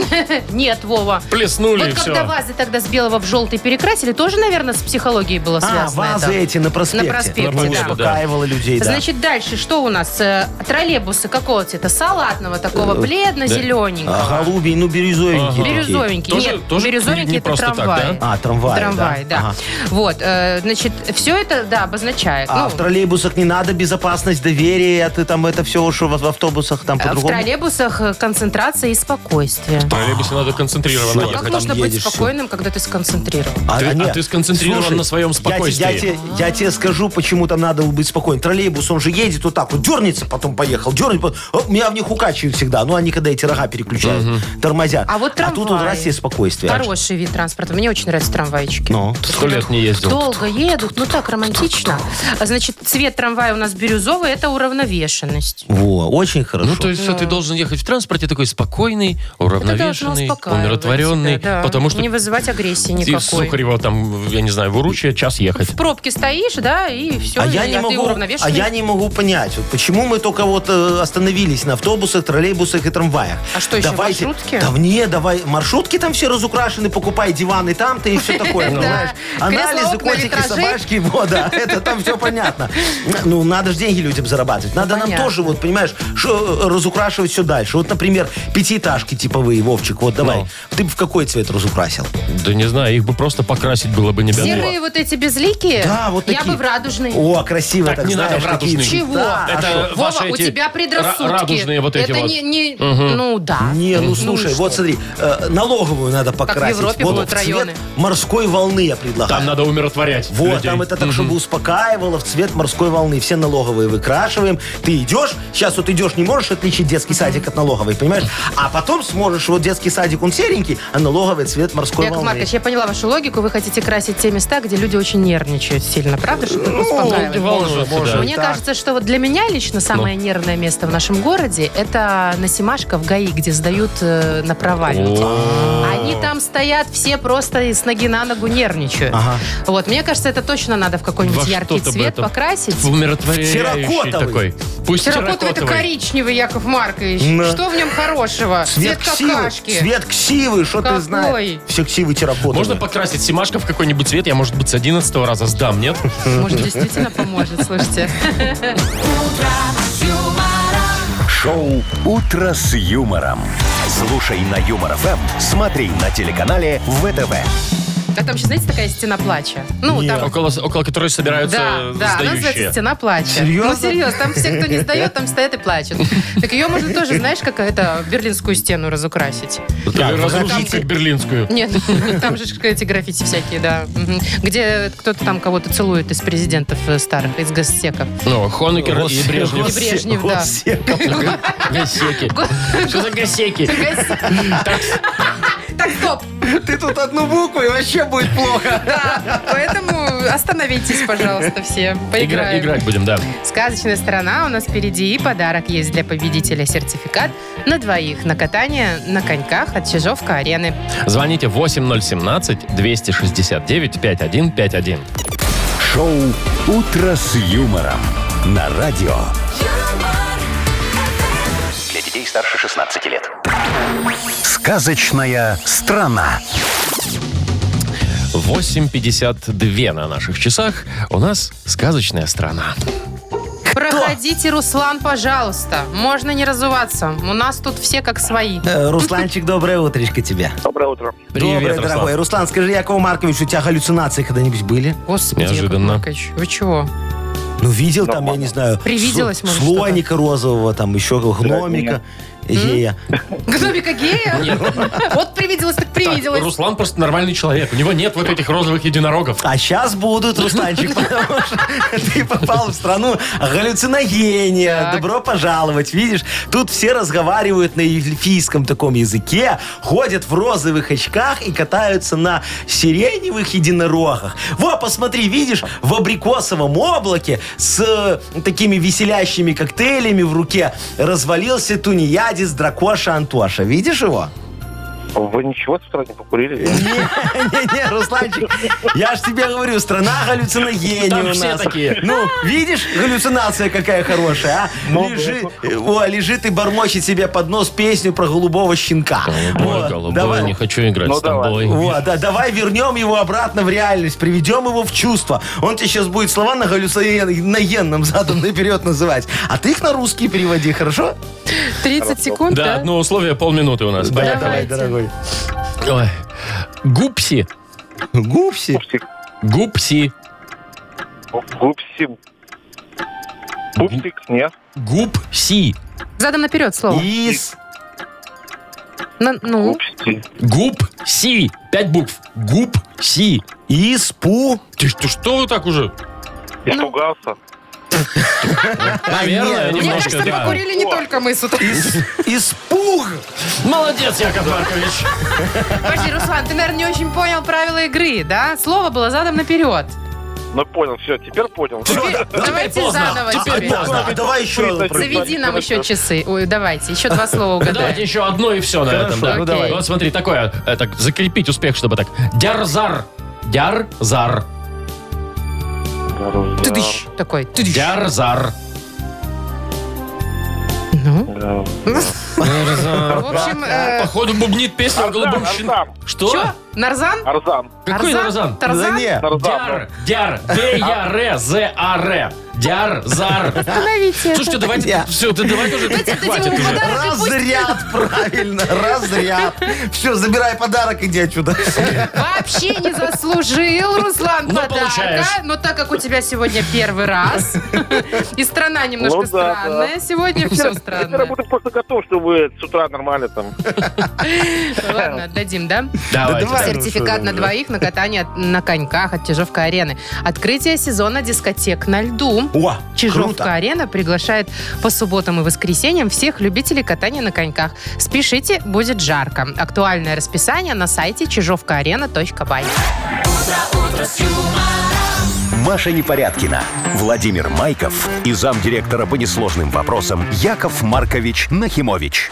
Нет, Вова. Плеснули и Вот когда все. вазы тогда с белого в желтый перекрасили, тоже, наверное, с психологией было А, связано вазы это. эти на проспекте. На проспекте, Напомню, да. да. Успокаивало людей, да. Значит, дальше что у нас? Э, Троллейбусы какого цвета? Салатного Э, такого, бледно-зелененького. а, голубей, ну бирюзовенький. Бирюзовенький. Тоже- Нет, тоже бирюзовенький не это просто так, трамвай. А, трамвай, Трамвай, да. Ага. Вот, э, значит, все это, да, обозначает. А Ну, в троллейбусах не надо безопасность, доверие, а ты там это все, что в в автобусах там а в по-другому. троллейбусах э, концентрация и спокойствие. В троллейбусе надо концентрированно Всё, А Как ехать. там можно быть едешь, всё. спокойным, когда ты сконцентрирован? Ты- а нет. ты сконцентрирован на своем я те- спокойствии. Я, те- я тебе скажу, почему там надо быть спокойным. Троллейбус, он же едет вот так вот, дернется, потом поехал, дернется. потом- О, Меня в них укачивают всегда. Ну, они когда эти рога переключают, тормозят. А вот тут вот трамвай. раз есть спокойствие. Хороший вид транспорта. Мне очень нравятся трамвайчики. Ну, Сто лет не ездил. Долго едут, ну так романтично. А, Значит, цвет трамвая у нас бирюзовый, это уравновешенность. во, очень хорошо. Ну, то есть всё, ты должен ехать в транспорте такой спокойный, Ну, уравновешенный, успокаивать умиротворенный, тебя, да. потому что Не вызывать агрессии ты с никакой. Сухарева там, я не знаю, в Уручье час ехать. В пробке стоишь, да, и все, а я, не могу, а я не могу понять, вот почему мы только вот э, остановились на автобусах, троллейбусах и трамваях. А что, еще маршрутки? Да мне, давай, маршрутки там все разукрашены, покупай диваны там-то и все такое, Да. понимаешь? Кресла, Анализы, окна, котики, витражи. собачки, вот, да, это там все понятно. Ну, надо же деньги людям зарабатывать. Надо нам понятно. тоже, вот, понимаешь, шо, э, разукрашивать все дальше. Вот, например, пятиэтажки типовые, Вовчик, вот давай. Ну. Ты бы в какой цвет разукрасил? Да не знаю, их бы просто покрасить было бы не беда. Серые вот эти безликие, Да, вот Э, я такие. бы в радужный. О, красиво Так так, не надо знаешь, в такие- радужный. Чего? Да, а шо? Это Вова, ваши у эти тебя предрассудки. ра- радужные вот эти это вот. Не, не- Ну да. Не, ну и слушай, что? вот смотри, э, налоговую надо покрасить. Европе вот будут в цвет районы. морской волны я предлагаю. Там надо умиротворять вот, людей. там это так, чтобы успокаивало в цвет морской волны. Все налоговые выкрашиваем. Ты идешь, сейчас вот идешь, не можешь отличить детский садик от налоговой, понимаешь? А потом сможешь, вот детский садик, он серенький, а налоговый цвет морской Яков волны. Маркович, я поняла вашу логику. Вы хотите красить те места, где люди очень нервничают сильно, правда? Чтобы их успокаивать. волнуются, Боже, Ну, да. Мне так. кажется, что вот для меня лично самое Ну. нервное место в нашем городе это Насимашка в ГАИ, где сдают э, на права людей. Они там стоят, все просто и с ноги на ногу нервничают. Ага. Вот, мне кажется, это точно надо в Во какой-нибудь что-то яркий бы цвет это- покрасить. Умиротворяющий Терракотовый. такой. Пусть Терракотовый это терракотовый. коричневый, Яков Маркович. Да. Что в нем хорошего? Цвет ксивы, какашки. цвет ксивы, что ты Какой? знаешь? Все ксивы терракотовые. Можно покрасить Симашка в какой-нибудь цвет? Я, может быть, с 11 раза сдам, нет? Может, действительно поможет, слушайте. Шоу «Утро с юмором». Слушай на Юмор ФМ, смотри на телеканале ВТВ. А там еще, знаете, такая стена плача. Ну, А там... Около, около которой собираются Да, да, она сдающие. называется «Стена плача». Серьезно? Ну, серьезно, там все, кто не сдает, там стоят и плачут. Так ее можно тоже, знаешь, как это, берлинскую стену разукрасить. Да, там разрушить ты- как берлинскую. Нет, там же эти граффити всякие, да. Мгм. Где кто-то там кого-то целует из президентов э, старых, из госсеков. Ну, Хонекер и Гос- Брежнев. Гос- И Брежнев, да. госсеков. Гасеки. Го- Что за гасеки? Так, стоп. Ты тут одну букву, и вообще будет плохо. Да, поэтому остановитесь, пожалуйста, все. Игра- Поиграем. Играть будем, да. Сказочная сторона у нас впереди. И подарок есть для победителя сертификат на двоих на катание на коньках от Чижовка арены. Звоните 8017-269-5151. Шоу «Утро с юмором» на радио. Для детей старше 16 лет. Сказочная страна. 8.52 на наших часах. У нас сказочная страна. Проходите, Руслан, пожалуйста. Можно не разуваться. У нас тут все как свои. Э, Русланчик, доброе утречко тебе. Доброе утро. Привет, доброе, дорогой. Руслан. Руслан, скажи, Якову Марковичу, у тебя халлюцинации когда-нибудь были? Господи, Яков Неожиданно. Маркович, вы чего? Ну, видел там, я не знаю, Привиделось, сло- может, слоника розового, там еще гномика. Гея. Гномика гея? Вот привиделось, так Так, привиделось. Руслан просто нормальный человек. У него нет вот этих розовых единорогов. А сейчас будут, Русланчик, потому что ты попал в страну галлюциногения. Так. Добро пожаловать. Видишь, тут все разговаривают на эльфийском таком языке, ходят в розовых очках и катаются на сиреневых единорогах. Во, посмотри, видишь, в абрикосовом облаке с э, такими веселящими коктейлями в руке развалился тунеядец дракоша Антоша. Видишь его? Вы ничего с утра не покурили? Не-не-не, Русланчик, я ж тебе говорю, страна галлюциногений Там у все нас. такие. Ну, видишь, галлюцинация какая хорошая, а? Лежи- о, лежит и бормочет себе под нос песню про голубого щенка. Голубой, Вот, голубой, давай. не хочу играть Ну, с тобой. Вот, да, давай вернем его обратно в реальность, приведем его в чувство. Он тебе сейчас будет слова на галлюциногенном задом наперед называть. А ты их на русский переводи, хорошо? 30 секунд, Да, ну- да? одно условие, полминуты у нас. Да, Понятно? давай, дорогой. Ой. Гупси. Гупси. Гупси. Гупси. Пупсик, нет. Гупси. Задом наперед слово. Ис. На- Ну, Пупси. Гупси. Пять букв. Гупси. Испу. Ты что, что вы так уже? Ну. Испугался. Наверное, нет. мне немножко, кажется, да. покурили не только мы с утра. Испуг. Молодец, Яков Маркович. Подожди, Руслан, ты, наверное, не очень понял правила игры, да? Слово было задом наперед. Ну понял, все, теперь понял. Давайте поздно, заново теперь теперь. поздно. А, Давай еще. Заведи нам еще часы. Ой, давайте, еще два слова Давайте угадай. еще одно и все на этом. да. ну давай. Вот смотри, такое, э, так, закрепить успех, чтобы так. Дярзар. Дярзар. Тыдыщ Э, такой. тыдыщ. Дярзар. Ну, в общем, э, Походу бубнит песню о голубом щен- Арзан. Что? чё? Нарзан? Арзан. Какой Нарзан? Да Тарзан? не. Дяр, дяр, д я р з а р Дяр, зар. Остановите. Слушайте, давайте, Я. все, да давайте уже, Давайте дадим хватит ему уже. подарок. и пусть- Разряд, правильно, разряд. Все, забирай подарок, иди отсюда. Вообще не заслужил, Руслан, Ну, подарка. получаешь. Но так как у тебя сегодня первый раз, и страна немножко Ну да, да. странная, сегодня все Я странно. работаю просто готов, чтобы с утра нормально там. Ладно, отдадим, да? Давайте. Да давай. Сертификат ну, на что, двоих на катание от- на коньках от Чижовка-арены. Открытие сезона дискотек на льду. О, круто. Чижовка-арена приглашает по субботам и воскресеньям всех любителей катания на коньках. Спешите, будет жарко. Актуальное расписание на сайте чижовкаарена.бай. Маша Непорядкина, Владимир Майков и замдиректора по несложным вопросам Яков Маркович Нахимович.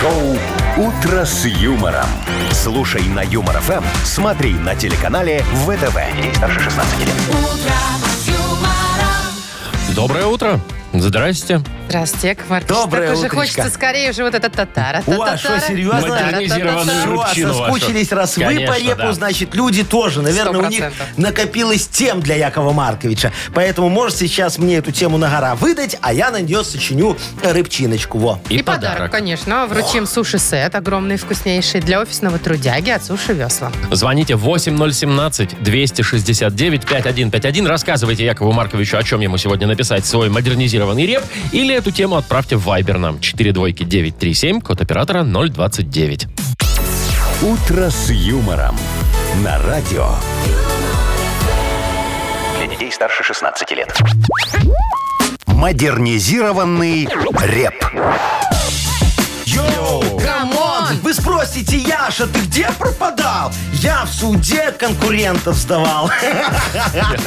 Шоу «Утро с юмором». Слушай на Юмор ФМ, смотри на телеканале ВТВ. Здесь старше 16 лет. Доброе утро. Здрасте. Здравствуйте, Яков Маркович. Доброе так уже утречко. хочется скорее уже вот этот татара. У вас что, серьезно? Модернизированную Всё, рутину вашу. соскучились, раз вы Конечно, по репу, да. значит, люди тоже. Наверное, у них 100%. накопилось тем для Якова Марковича. Поэтому может сейчас мне эту тему на гора выдать, а я на нее сочиню рыбчиночку. Во. И, подарок, конечно. Вручим суши-сет, огромный, вкуснейший, для офисного трудяги от Суши Весла. Звоните 8017-269-5151. Рассказывайте Якову Марковичу, о чем ему сегодня написать свой модернизированный реп. Или эту тему отправьте в Viber нам. 42937, код оператора 029. «Утро с юмором» на радио. Для детей старше 16 лет. Модернизированный реп. Йоу, камон! камон! Вы спросите, Яша, ты где пропадал? Я в суде конкурентов сдавал.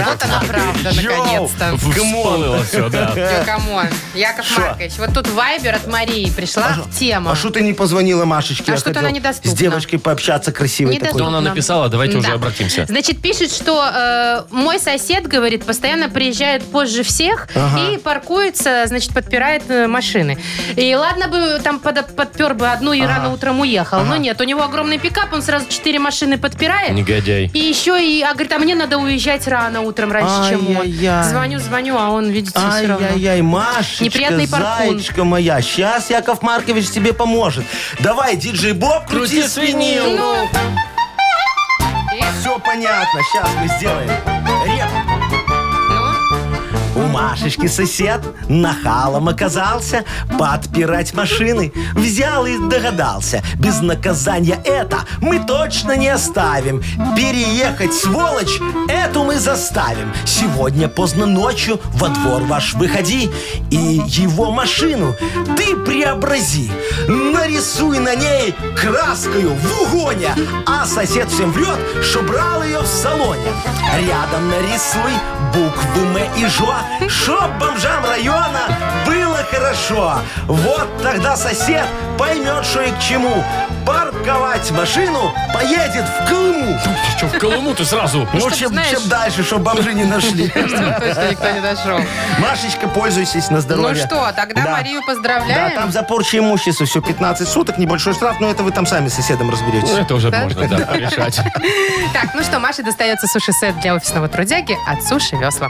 Вот она правда, Йоу! наконец-то. Всплыло все, да. Всё, камон. Яков Шо? Маркович, вот тут вайбер от Марии пришла в тему. А что ты не позвонила Машечке? А Я что-то хотел она недоступна. С девочкой пообщаться красивой Недоступна. Что такой. она написала? Давайте уже Да. обратимся. Значит, пишет, что э, мой сосед, говорит, постоянно приезжает позже всех и паркуется, значит, подпирает э, машины. И ладно бы там под- подпер бы одну и рано утром уехал. Но нет, у него огромный пикап, он сразу четыре машины подпирает. Негодяй. И еще и, а говорит, а мне надо уезжать рано утром раньше, чем он. Ай-яй-яй. Звоню, звоню, а он, видите, все равно. Ай-яй-яй, Машечка, Неприятный паркун. зайчка моя, сейчас Яков Маркович тебе поможет. Давай, диджей Боб, крути, Крути свинил. свинилу. Все понятно, сейчас мы сделаем. Реп. Ну, У Машечки сосед нахалом оказался подпирать машины. Взял и догадался, без наказания это мы точно не оставим. Переехать, сволочь, эту мы заставим. Сегодня поздно ночью во двор ваш выходи и его машину ты преобрази. Нарисуй на ней краскою в угоне, а сосед всем врет, что брал ее в салоне. Рядом нарисуй буквы М и Жо, чтоб бомжам района было хорошо. Вот тогда сосед поймет, что и к чему. Парковать машину поедет в Крыму. Что, в Колыму ты сразу? чтоб, Ну, чем, знаешь- чем дальше, чтобы бомжи не нашли. точно никто не дошел. Машечка, пользуйтесь на Ну здоровье. что, тогда Да. Марию Да, поздравляем. там за порчу имущества все 15 суток, небольшой штраф, но это вы там сами с соседом Ну, разберетесь. это уже можно, да, порешать. Так, ну что, Маше достается суши-сет для офисного трудяги от Суши Весла.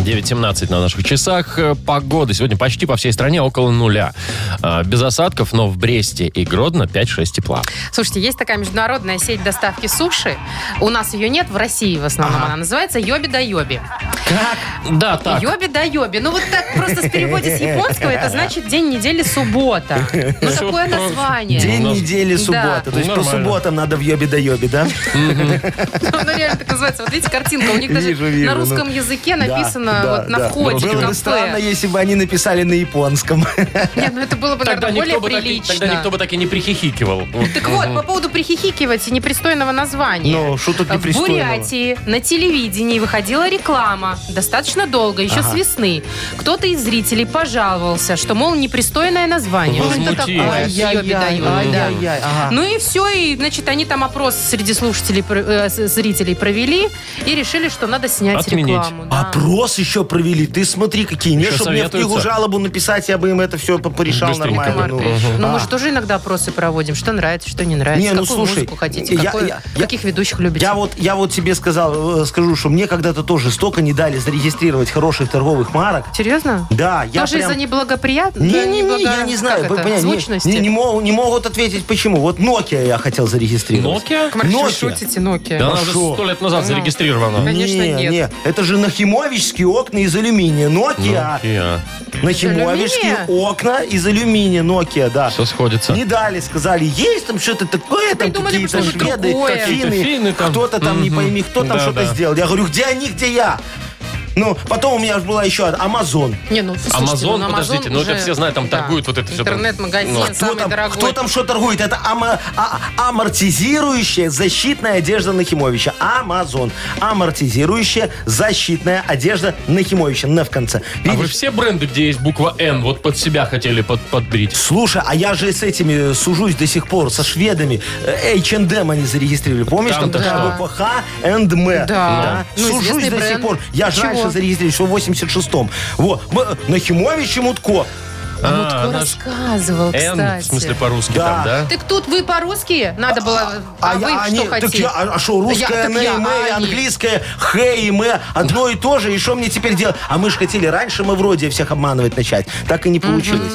9.17 на наших часах. Э, Погода сегодня почти по всей стране около нуля. А, Без осадков, но в Бресте и Гродно 5-6 тепла. Слушайте, есть такая международная сеть доставки суши. У нас ее нет, в России в основном она называется Йоби да Йоби. Да, так. Йоби да Йоби. Ну вот так просто в переводе с японского это значит день недели суббота. Ну такое название. День Ну, недели суббота. То есть по нормально. субботам надо в ёбе да ёбе, да? Ну реально так называется. Вот видите, картинка. У них даже Вижу, вижу, на ну. русском языке написано Да, вот на да. входе в Было бы странно, кафе. если бы они написали на японском. Нет, ну это было бы, Тогда наверное, никто, более бы так, и- прилично. тогда никто бы так и не прихихикивал. Так вот, по поводу прихихикивать и непристойного названия. Ну, что тут В непристойного? Бурятии на телевидении выходила реклама. Достаточно долго, еще с весны. Кто-то из зрителей пожаловался, что, мол, непристойное название. Ну, это Возмутилось. такое, съеби дают, да. ай-яй-яй, ага. Ну и все, и, значит, они там опрос среди слушателей, про- э, с- зрителей провели и решили, что надо снять Отменить. рекламу. да. Опрос еще провели. Ты смотри, какие. Не, Еще чтобы мне в книгу советуются? жалобу написать, я бы им это все порешал Быстренько. нормально. Марк ну. Маркович, Ну, А. мы же тоже иногда опросы проводим, что нравится, что не нравится, Не, ну, какую слушай, музыку хотите, я- какую- я- я- каких ведущих любите. А, Я вот, я вот тебе сказал, э, скажу, что мне когда-то тоже столько не дали зарегистрировать хороших торговых марок. Серьезно? Да, я Тоже прям... из-за неблагоприятной? Не-не-не, я не знаю. Как это? понимаете, не- Звучности? Не, не мог- не могут ответить, почему. Вот Nokia я хотел зарегистрировать. Nokia? Марк, что вы Nokia. А шутите, Nokia? Да она уже шо? сто лет назад зарегистрирована. Конечно, не, нет. не, это же нахимовичские окна из алюминия. Nokia. Nokia. А Нахимовичские окна из алюминия. Nokia, да. Все сходится. Не дали, сказали, есть там что-то такое, там Придумали какие-то что-нибудь шведы, другое. финны, Какие-то финны там. кто-то там, не пойми, кто там Да, что-то да. сделал. Я говорю, где они, где я? Ну, потом у меня же была еще Амазон. Не, ну, слушайте, Амазон, на подождите, ну это уже, все знают, там торгуют вот это всё там. Интернет-магазин, Ну, а Кто самый там, дорогой. кто там что торгует? Это ама- а- амортизирующая защитная одежда Нахимовича. Амазон. Амортизирующая защитная одежда Нахимовича. На в конце. А вы Видишь? все бренды, где есть буква Н, вот под себя хотели под, подбрить? Слушай, а я же с этими сужусь до сих пор, со шведами. Э, H&M они зарегистрировали. Помнишь, там, Там-то такая что? буква H and M. Да. Ну, Сужусь известный до сих бренд. пор. Я же Чего? раньше зарегистрировал, еще в 86-м. Вот. Мы- э, Нахимович и Мутко. А, Кто наш рассказывал, Н, в кстати. смысле по-русски Да. там, да? Так тут вы по-русски надо было, а, я- вы а что они- так хотите? я- а а что, русское так «н» и я, «м», а и они? английское «х» и «м», одно и то же, и что мне теперь делать? А мы же хотели раньше Мавроди всех обманывать начать, так и не получилось.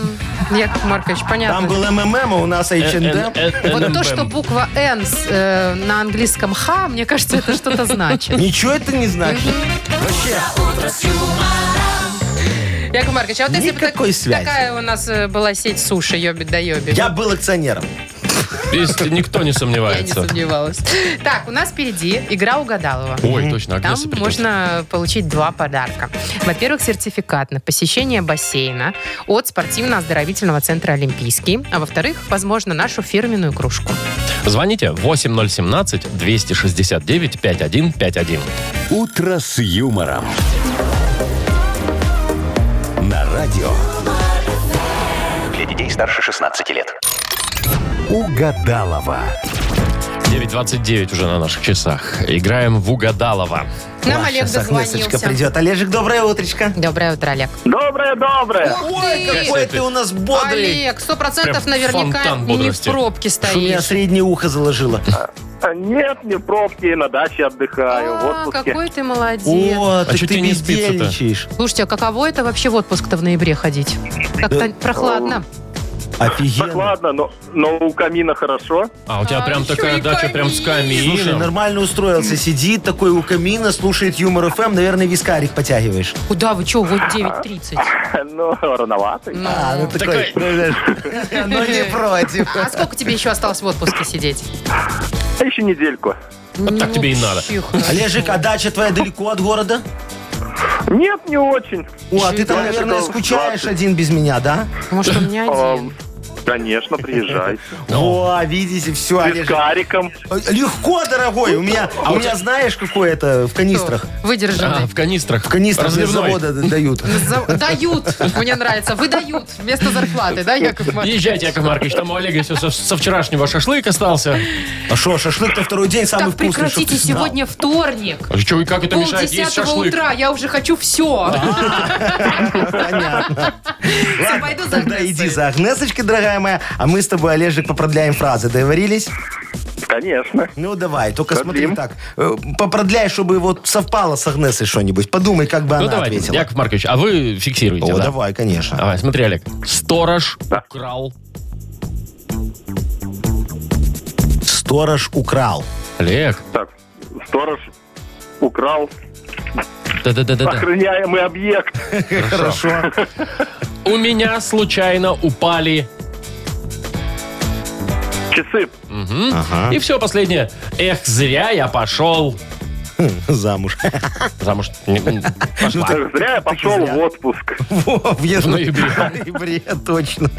Яков Маркович, понятно. а- Там был МММ, а у Э, нас Н- H&M. Н- Н- Вот то, NMM. что буква «Н» с, э, на английском «Х», мне кажется, это что-то значит. Ничего это не значит. Вообще. Яков Маркович, а вот если бы так- Никакой связи. такая у нас э, была сеть суши, ёбит да ёбит. Я был акционером. Если Никто не Я не сомневается. сомневалась. Так, у нас впереди игра угадалова. Ой, точно, Там Агнеса придет. можно получить два подарка. Во-первых, сертификат на посещение бассейна от спортивно-оздоровительного центра «Олимпийский». А во-вторых, возможно, нашу фирменную кружку. Звоните 8017-269-5151. «Утро с юмором». На радио Для детей старше 16 лет. «Угадалова». 9.29 уже на наших часах. Играем в Угадалова. Нам Ой, Олег щас Агнесочка дозвонился. придет. Олежек, доброе утречко. Доброе утро, Олег. Доброе-доброе. Ой, ты! какой ты у нас бодрый. Олег, сто процентов Прям наверняка фонтан не в бодрости. пробке Что меня стоишь. среднее ухо заложило. Нет, не пробки, на даче отдыхаю, в А, отпуске. какой ты молодец. О, так чё ты тебе не спится-то? бездельничаешь. Слушайте, а каково это вообще в отпуск-то в ноябре ходить? Как-то прохладно. Офигенно. Прохладно, но, но у камина хорошо. А, у тебя А, прям еще такая и дача, прям с Слушай, камином. нормально устроился. Сидит такой у камина, слушает Юмор ФМ. Наверное, вискарик потягиваешь. Куда вы, что, вот 9.30. Ну, рановато. Ну. А, ну такой, но не против. А сколько тебе еще осталось в отпуске сидеть? А еще недельку. Вот так тебе и надо. Олежик, а дача твоя далеко от города? Нет, не очень. О, а ты там, Я наверное, читал скучаешь 20. один без меня, да? Может, у меня А, один. Конечно, приезжай. Ну. О, видите, все, С Олежик. кариком. Легко, дорогой. У меня, у меня знаешь, какое это в канистрах? А, Выдержанный. в канистрах. В канистрах из Разливной. завода дают. За- Дают, мне нравится, выдают вместо зарплаты, да, Яков Маркович? Езжайте, Яков Маркович, там у Олега еще со, со вчерашнего шашлык остался. А что, шашлык-то второй день самый Так вкусный. чтоб прекратите, ты знал. сегодня вторник. А что, и как это Пол мешает есть десятого шашлык? утра, я уже хочу все. Понятно. Все, пойду за Тогда иди Агнесой. за Агнесочкой, дорогая моя, а мы с тобой, Олежик, попродляем фразы. Договорились? Конечно. Ну, давай, только смотри Продлим. так. э, Попродляй, чтобы вот совпало с Агнесой что-нибудь. Подумай, как бы Ну, она давайте, ответила. Яков Маркович, а вы фиксируете, О, да? давай, конечно. Давай, смотри, Олег. Сторож Да. украл. Сторож украл. Олег. Так, сторож украл Да-да-да-да. охраняемый объект. Хорошо. У меня случайно упали. Часы. Мгм. А? И все, последнее. Эх, зря я пошел. Замуж. Замуж. не- не- пошла. Зря я пошел зря. в отпуск. Во, в ясно- ноябре. В ноябре, точно.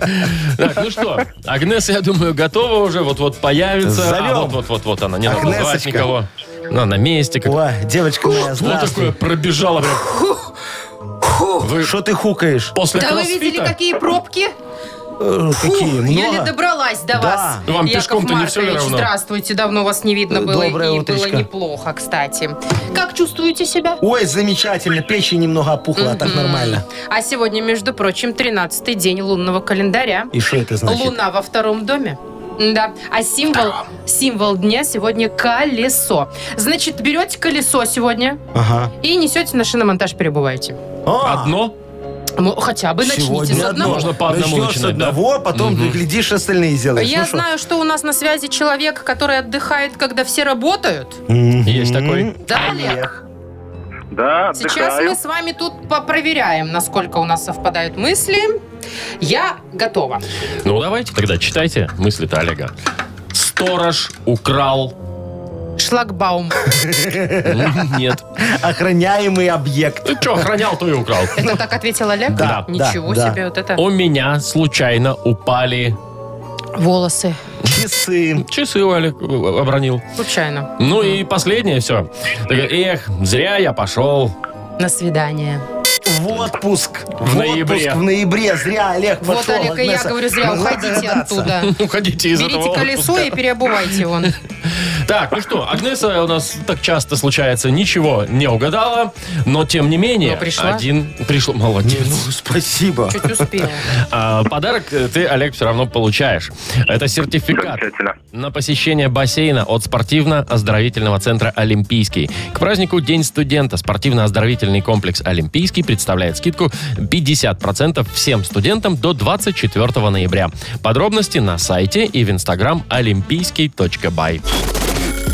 Так, ну что, Агнеса, я думаю, готова уже, вот-вот появится. Зовем. А вот-вот-вот-вот она, не надо называть Агнесочка. никого. Она на месте. Как... О, девочка моя, Что такое здравствуй. пробежала? прям? Вы Что ты хукаешь? после Да вы видели, кроссфита? какие пробки? Э, Ух, Какие? еле Много? добралась до Да. вас. Вам пешком-то не всё ли Маркович, равно? здравствуйте. Давно вас не видно Э, было. доброе и было утречко. неплохо, кстати. Как чувствуете себя? Ой, замечательно. Печень немного опухла, а так нормально. А сегодня, между прочим, 13-й день лунного календаря. И что это значит? Луна во втором доме. Да. А символ, символ дня сегодня колесо. Значит, берете колесо сегодня Ага. и несете на шиномонтаж, перебываете. А, Одно? Ну, хотя бы начните с сегодня одного. Можно по одному Начнешь с начинать, да? одного, а потом ты глядишь, остальные сделаешь. Я Ну что? знаю, что у нас на связи человек, который отдыхает, когда все работают. Мгм. Есть такой? Да, Олег? Да, Сейчас отдыхаю. мы с вами тут попроверяем, насколько у нас совпадают мысли. Я готова. Ну, давайте тогда читайте мысли-то Олега. Сторож украл Шлагбаум. Нет. Охраняемый объект. Ты что, охранял, то и украл. Это так ответила Ляг? Да, да, Ничего да. себе, вот это. У меня случайно упали Волосы. Часы. часы, у Алик э, обронил. Случайно. Ну и последнее все. Эх, зря я пошел. На свидание. В отпуск. В, ноябре. отпуск в ноябре. Зря Олег пошел. Вот, Олег, и я Агнеса Ну, говорю Ну, зря, могла уходите догадаться. оттуда. Уходите из Берите этого колесо и переобувайте его. Так, ну что, Агнеса у нас так часто случается, ничего не угадала, но тем не менее, Но пришла. один пришел, молодец. Ну, спасибо. Чуть успел. А, подарок э, ты, Олег, все равно получаешь. Это сертификат Замечательно. на посещение бассейна от спортивно-оздоровительного центра «Олимпийский». К празднику День студента спортивно-оздоровительный комплекс «Олимпийский» представляет скидку 50% всем студентам до 24 ноября. Подробности на сайте и в инстаграм олимпийский.бай.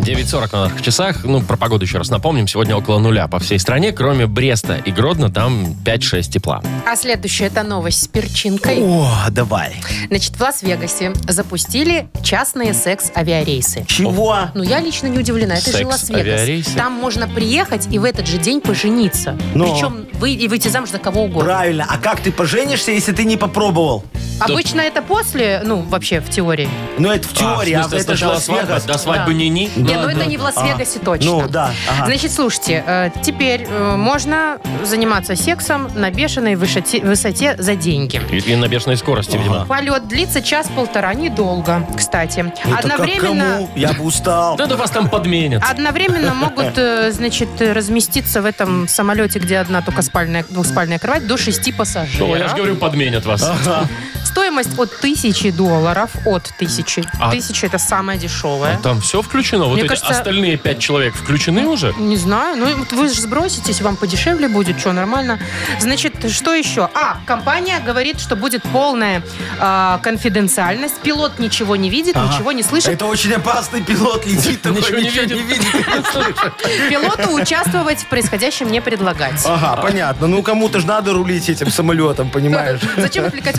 9.40 на наших часах. Ну, про погоду еще раз напомним. Сегодня около нуля по всей стране, кроме Бреста и Гродно, там 5-6 тепла. А следующая это новость с перчинкой. О, давай. Значит, в Лас-Вегасе запустили частные секс-авиарейсы. Чего? Ну, я лично не удивлена. Это же Секс-авиарейсы? Лас-Вегас. Там можно приехать и в этот же день пожениться. Но. Причем вы, и выйти замуж за кого угодно. Правильно. А как ты поженишься, если ты не попробовал? Обычно это после, ну, вообще в теории. Ну, это в теории, а, в смысле, это же сначала свадьба, Лас-Вегас. до свадьбы Да. ни-ни? Не, Да, ну это да. не в Лас-Вегасе точно. Ну, да. ага. Значит, слушайте, э, теперь э, можно заниматься сексом на бешеной вышоте- высоте за деньги. И, и на бешеной скорости, видимо. Полет длится час-полтора, недолга, кстати. Это как Одновременно... кому? Я бы устал. Ну, Да, да вас там подменят. А, Одновременно могут, э, значит, э, разместиться в этом самолете, где одна только спальная, двухспальная кровать, до шести О, я же пассажиров. говорю, подменят вас. Стоимость от тысячи долларов, от тысячи. А- Тысяча это самое дешевое. Там все включено? Вот Мне эти кажется- остальные пять человек включены уже? Не знаю, ну вот вы же сброситесь, вам подешевле будет, что нормально. Значит, что еще? А, компания говорит, что будет полная а, конфиденциальность, пилот ничего не видит, Ага. ничего не слышит. Это очень опасный пилот летит, такой Ничего ничего, не не видит. видит. Пилоту участвовать в происходящем не предлагать. Ага, понятно. Ну, кому-то же надо рулить этим самолетом, понимаешь? Зачем отвлекать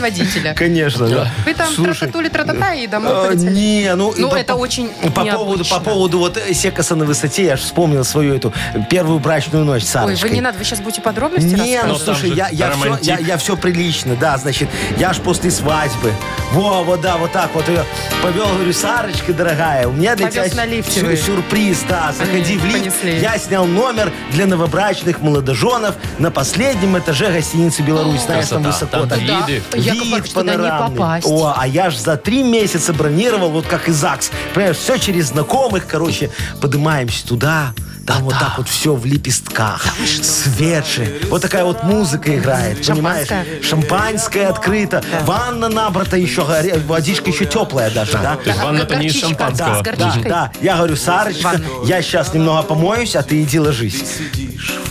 водителя? Конечно, да. Вы там Слушай, трататули, тратата и домой А, полетели. Не, ну... и Ну, по- это очень по поводу, необычно. по поводу вот э, секаса на высоте, я же вспомнил свою эту первую брачную ночь с Ой, вы Арочкой. не надо, вы сейчас будете подробности Не, рассказывать? ну Но там слушай, же я, я, все, романтик. я, я всё прилично, да, значит, я ж после свадьбы. Во, вот да, вот так вот ее повел, говорю, Сарочка, дорогая, у меня для Повез тебя на лифте сю- вы. сюрприз, да, заходи в лифт. понесли. Я снял номер для новобрачных молодоженов на последнем этаже гостиницы «Беларусь». Знаешь, там Красота. Там высоко так. Да, виды. Яков Вид Маркович, туда не панорамный. попасть. О, а я ж за три месяца бронировал, вот как и ЗАГС. Понимаешь, все через знакомых, короче, поднимаемся туда. Там вот так вот все в лепестках, свечи, вот такая вот музыка играет, понимаешь? Шампанское. Шампанское открыто, ванна набрата еще, горе- водичка еще теплая даже, да? То есть ванна-то не из горчичка, шампанского. да, с Да, горчичкой. да. Я говорю, Сарочка, я сейчас немного помоюсь, а ты иди ложись.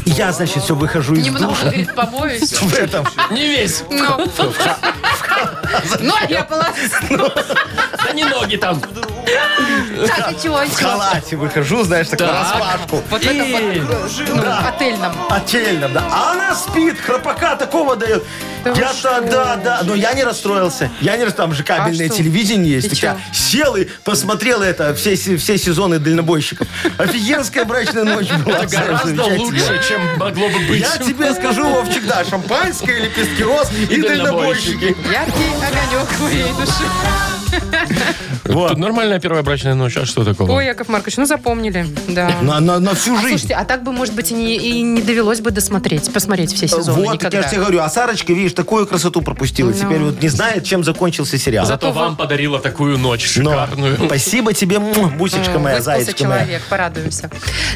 И я, значит, все выхожу из Немного, душа. говорит, помоюсь. В этом. Не весь. Ну, Ну, я была... Да а не ноги там. Так, и чего, и в чего? халате выхожу, знаешь, так, на распашку. Вот в этом вот, ну, Да. отельном. Отельном, да. А она спит, храпака такого дает. Да я вы что? то да, да. Но я не расстроился. Я не рас- Там же кабельное А что? телевидение есть. И Так я чё? сел и посмотрел это, все, се- все сезоны дальнобойщиков. Офигенская брачная ночь была. Саша, Гораздо замечательно. лучше, чем могло бы быть. Я тебе скажу, Вовчик, да, шампанское, лепестки роз и дальнобойщики. дальнобойщики. Яркий огонек моей души. Тут нормальная первая брачная ночь, а что такого? Ой, Яков Маркович, ну запомнили, да. На, на, на всю А ну, жизнь. слушайте, а так бы, может быть, и не, и не довелось бы досмотреть, посмотреть все сезоны вот, так я никогда. Ну. же тебе говорю, а Сарочка, видишь, такую красоту пропустила. Теперь вот не знает, чем закончился сериал. Зато вам подарила такую ночь Но шикарную. спасибо тебе, м, бусечка моя, Выспался зайчка моя. человек, порадуемся.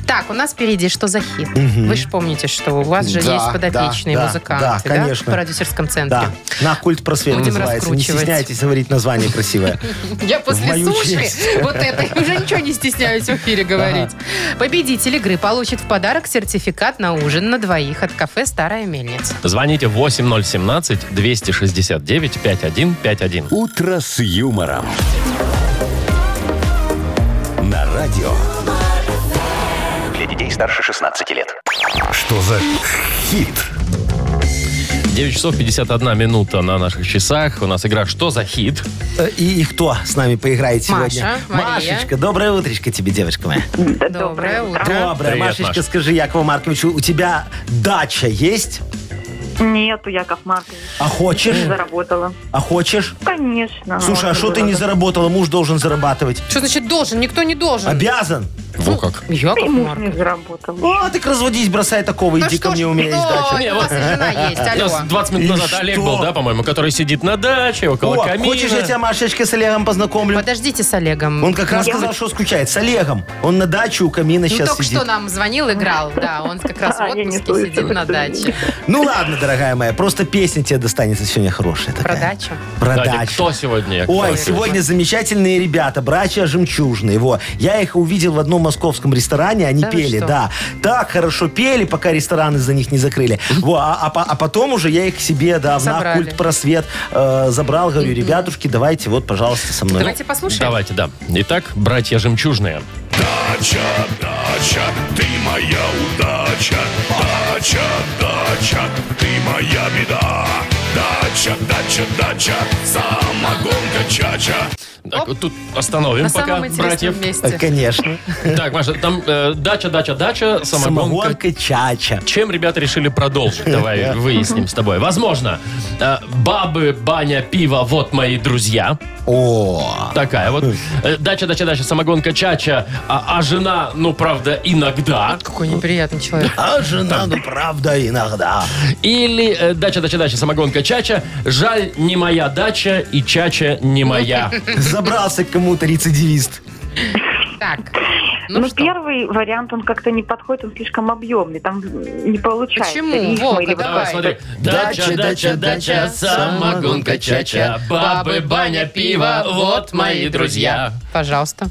Так, у нас впереди что за хит? Вы же помните, что у вас же Да, есть подопечные да, да, музыканты, да, конечно. в продюсерском центре. Да, на культ просвет Будем называется. Не раскручивать. стесняйтесь говорить название красивое. Я после мою суши честь. вот это уже ничего не стесняюсь в эфире говорить. Победитель игры получит в подарок сертификат на ужин на двоих от кафе «Старая мельница». Звоните 8017-269-5151. «Утро с юмором». На радио. Для детей старше 16 лет. Что за хит? 9 часов 51 минута на наших часах. У нас игра «Что за хит?». Э, И, и кто с нами поиграет Маша, сегодня? Мария. Машечка, доброе утречко тебе, девочка моя. Да, Доброе утро. Доброе. Привет, Машечка, Маша. скажи, Якову Марковичу, у тебя дача есть? Нету, Яков Маркович. А Не хочешь? заработала. А хочешь? Конечно. Слушай, а вот что ты было. не заработала? Муж должен зарабатывать. Что значит должен? Никто не должен. Ну, Обязан. Во как. И Яков муж не Маркович. заработал. О, так разводись, бросай такого, Да иди ко что ж мне, у меня ты, есть дача. ой, У вас и жена есть, У нас алло. 20 Э, минут И назад Олег что? был, да, по-моему, который сидит на даче около О, камина. хочешь, я тебя, Машечка, с Олегом познакомлю? Подождите с Олегом. Он как раз Я сказал, что скучает. С Олегом. Он на даче у камина Ну, сейчас только сидит. что нам звонил, играл, да. Он как раз в А, я не отпуске слышу, сидит на что ли. даче. Ну ладно, дорогая моя, просто песня тебе достанется сегодня хорошая. Про такая. дачу. Про Кстати, дачу. кто сегодня? Яков Ой, Маркович? сегодня замечательные ребята, братья Жемчужные. Во. Я их увидел в одном московском ресторане, они Да вы пели, что? да. Так хорошо пели, пока рестораны за них не закрыли. Во, а, а по- а потом уже я их к себе, да, в Собрали. культ просвет э, забрал. Говорю, ребятушки, давайте вот, пожалуйста, со Ну, мной. Давайте послушаем. Давайте, да. Итак, братья жемчужные. Дача, дача, ты моя удача. Дача, дача, ты моя беда. Дача, дача, дача, самогонка чача. Так, Оп. вот тут остановим На пока самом интересном братьев. Э, месте. Конечно. Так, Маша, там э, дача, дача, дача, самогонка. Самогонка Чача. Чем ребята решили продолжить? Давай выясним с тобой. Возможно, э, бабы, баня, пиво, вот мои друзья. О, Такая вот. Э, Дача, дача, дача, самогонка, чача, а, а жена, ну, правда, иногда. Какой неприятный человек. а жена, ну правда, иногда. Или э, дача, дача, дача, самогонка, чача, жаль, не моя дача и чача не моя. Забрался к кому-то рецидивист. Так. Ну, Ну, что? первый вариант, он как-то не подходит, он слишком объемный, там не получается. Почему? рифма Вовка, или вот давай. Давай, смотри. Дача, Дача, дача, дача, дача, дача, самогонка, чача, бабы, баня, пиво, вот мои друзья. Пожалуйста.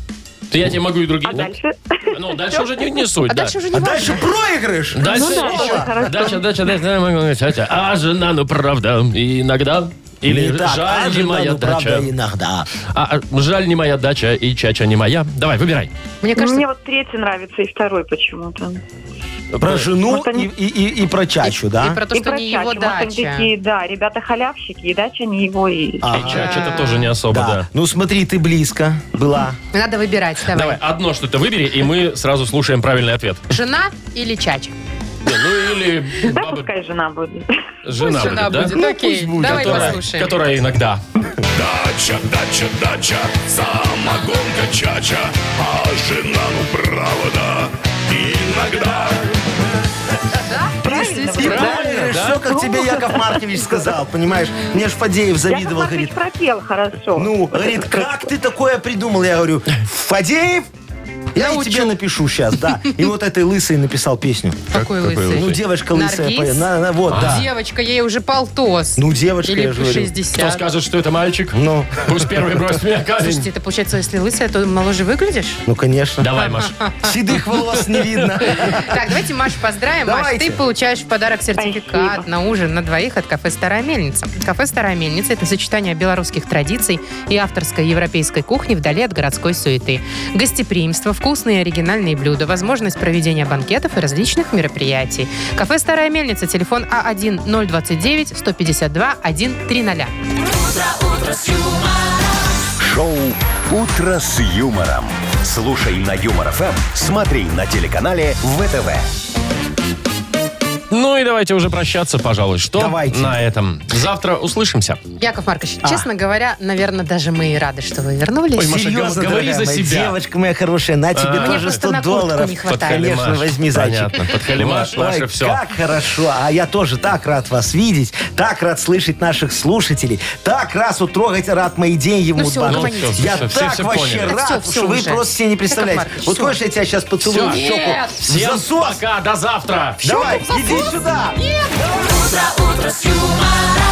То я тебе могу и другие. А дальше? Ну, дальше уже не, не суть, А да. дальше уже не А важно. дальше проигрыш. Дальше Ну да, еще. хорошо. Дача, дача, дача, самогонка, чача. А жена, ну правда, иногда. Или Не так, а жаль, не жена, моя ну дача. правда, иногда. А, а, жаль, не моя дача и чача не моя. Давай, выбирай. Мне кажется, Мне вот третий нравится и второй почему-то. Про жену Может, они- и, и, и- и про чачу, да? и про то, и что про не чачу. его Может, они дача. такие, да, ребята халявщики, и дача не его, и... И Ага. чача-то тоже не особо, А, да. да. Ну смотри, ты близко была. Надо выбирать, давай. Давай, одно что-то выбери, и мы сразу слушаем правильный ответ. Жена или чача? Да, Ну или Да, баба, пускай жена будет. жена, Жена будет, да? будет, окей. Давай Которая- послушаем. которая иногда. Дача, дача, дача, самогонка чача. А жена, ну правда, иногда. И Действительно. проигрыш, все, как тебе Яков Маркович сказал, понимаешь? Мне ж Фадеев Яков завидовал, говорит. Маркович пропел хорошо. Ну, говорит, как ты такое придумал? Я говорю, Фадеев, я и тебе напишу сейчас, да. И вот этой лысой написал песню. Какой лысый? Ну, девочка лысая. Наргиз? поет. На- на- Вот, да. Девочка, ей уже полтос. Ну, девочка, Или я же говорю. 60. Кто скажет, что это мальчик? Ну, Пусть первый бросит меня Слушайте, камень. это получается, если лысая, то моложе выглядишь? ну, конечно. Давай, Маш. Седых волос не видно. Так, давайте Машу поздравим. Маш, Давайте. ты получаешь в подарок сертификат Спасибо. на ужин на двоих от кафе «Старая мельница». Кафе «Старая мельница» — это сочетание белорусских традиций и авторской европейской кухни вдали от городской суеты. Гостеприимство, вкусные и оригинальные блюда, возможность проведения банкетов и различных мероприятий. Кафе «Старая мельница», телефон А А1 029 152 130. Шоу «Утро с юмором». Слушай на Юмор ФМ, смотри на телеканале ВТВ. Ну и давайте уже прощаться, пожалуй, что Давайте. на этом. Завтра услышимся. Яков Маркович, честно говоря, наверное, даже мы и рады, что вы вернулись. Ой, Маша, Серьезно, говори дорогая за моя себя. девочка моя хорошая, на тебе А. Мне тоже просто 100 на куртку долларов. не хватает. Конечно, Подхалимаш. возьми, зайчик. Понятно, подхалимаш, Ой, наше все. Как хорошо. А я тоже так рад вас видеть, так рад слышать наших слушателей, так раз вот трогать рад мои деньги в Ну всё, Мудбанке. угомонитесь. Я Всё, всё, так всё вообще поняли. Всё, рад, всё что вы уже. просто себе не представляете. Яков Маркович, Вот всё. хочешь, я тебя сейчас поцелую в Всё. щеку? Нет. В Всем засос. пока, до завтра. Давай, иди сюда. Утро, утро с юмором.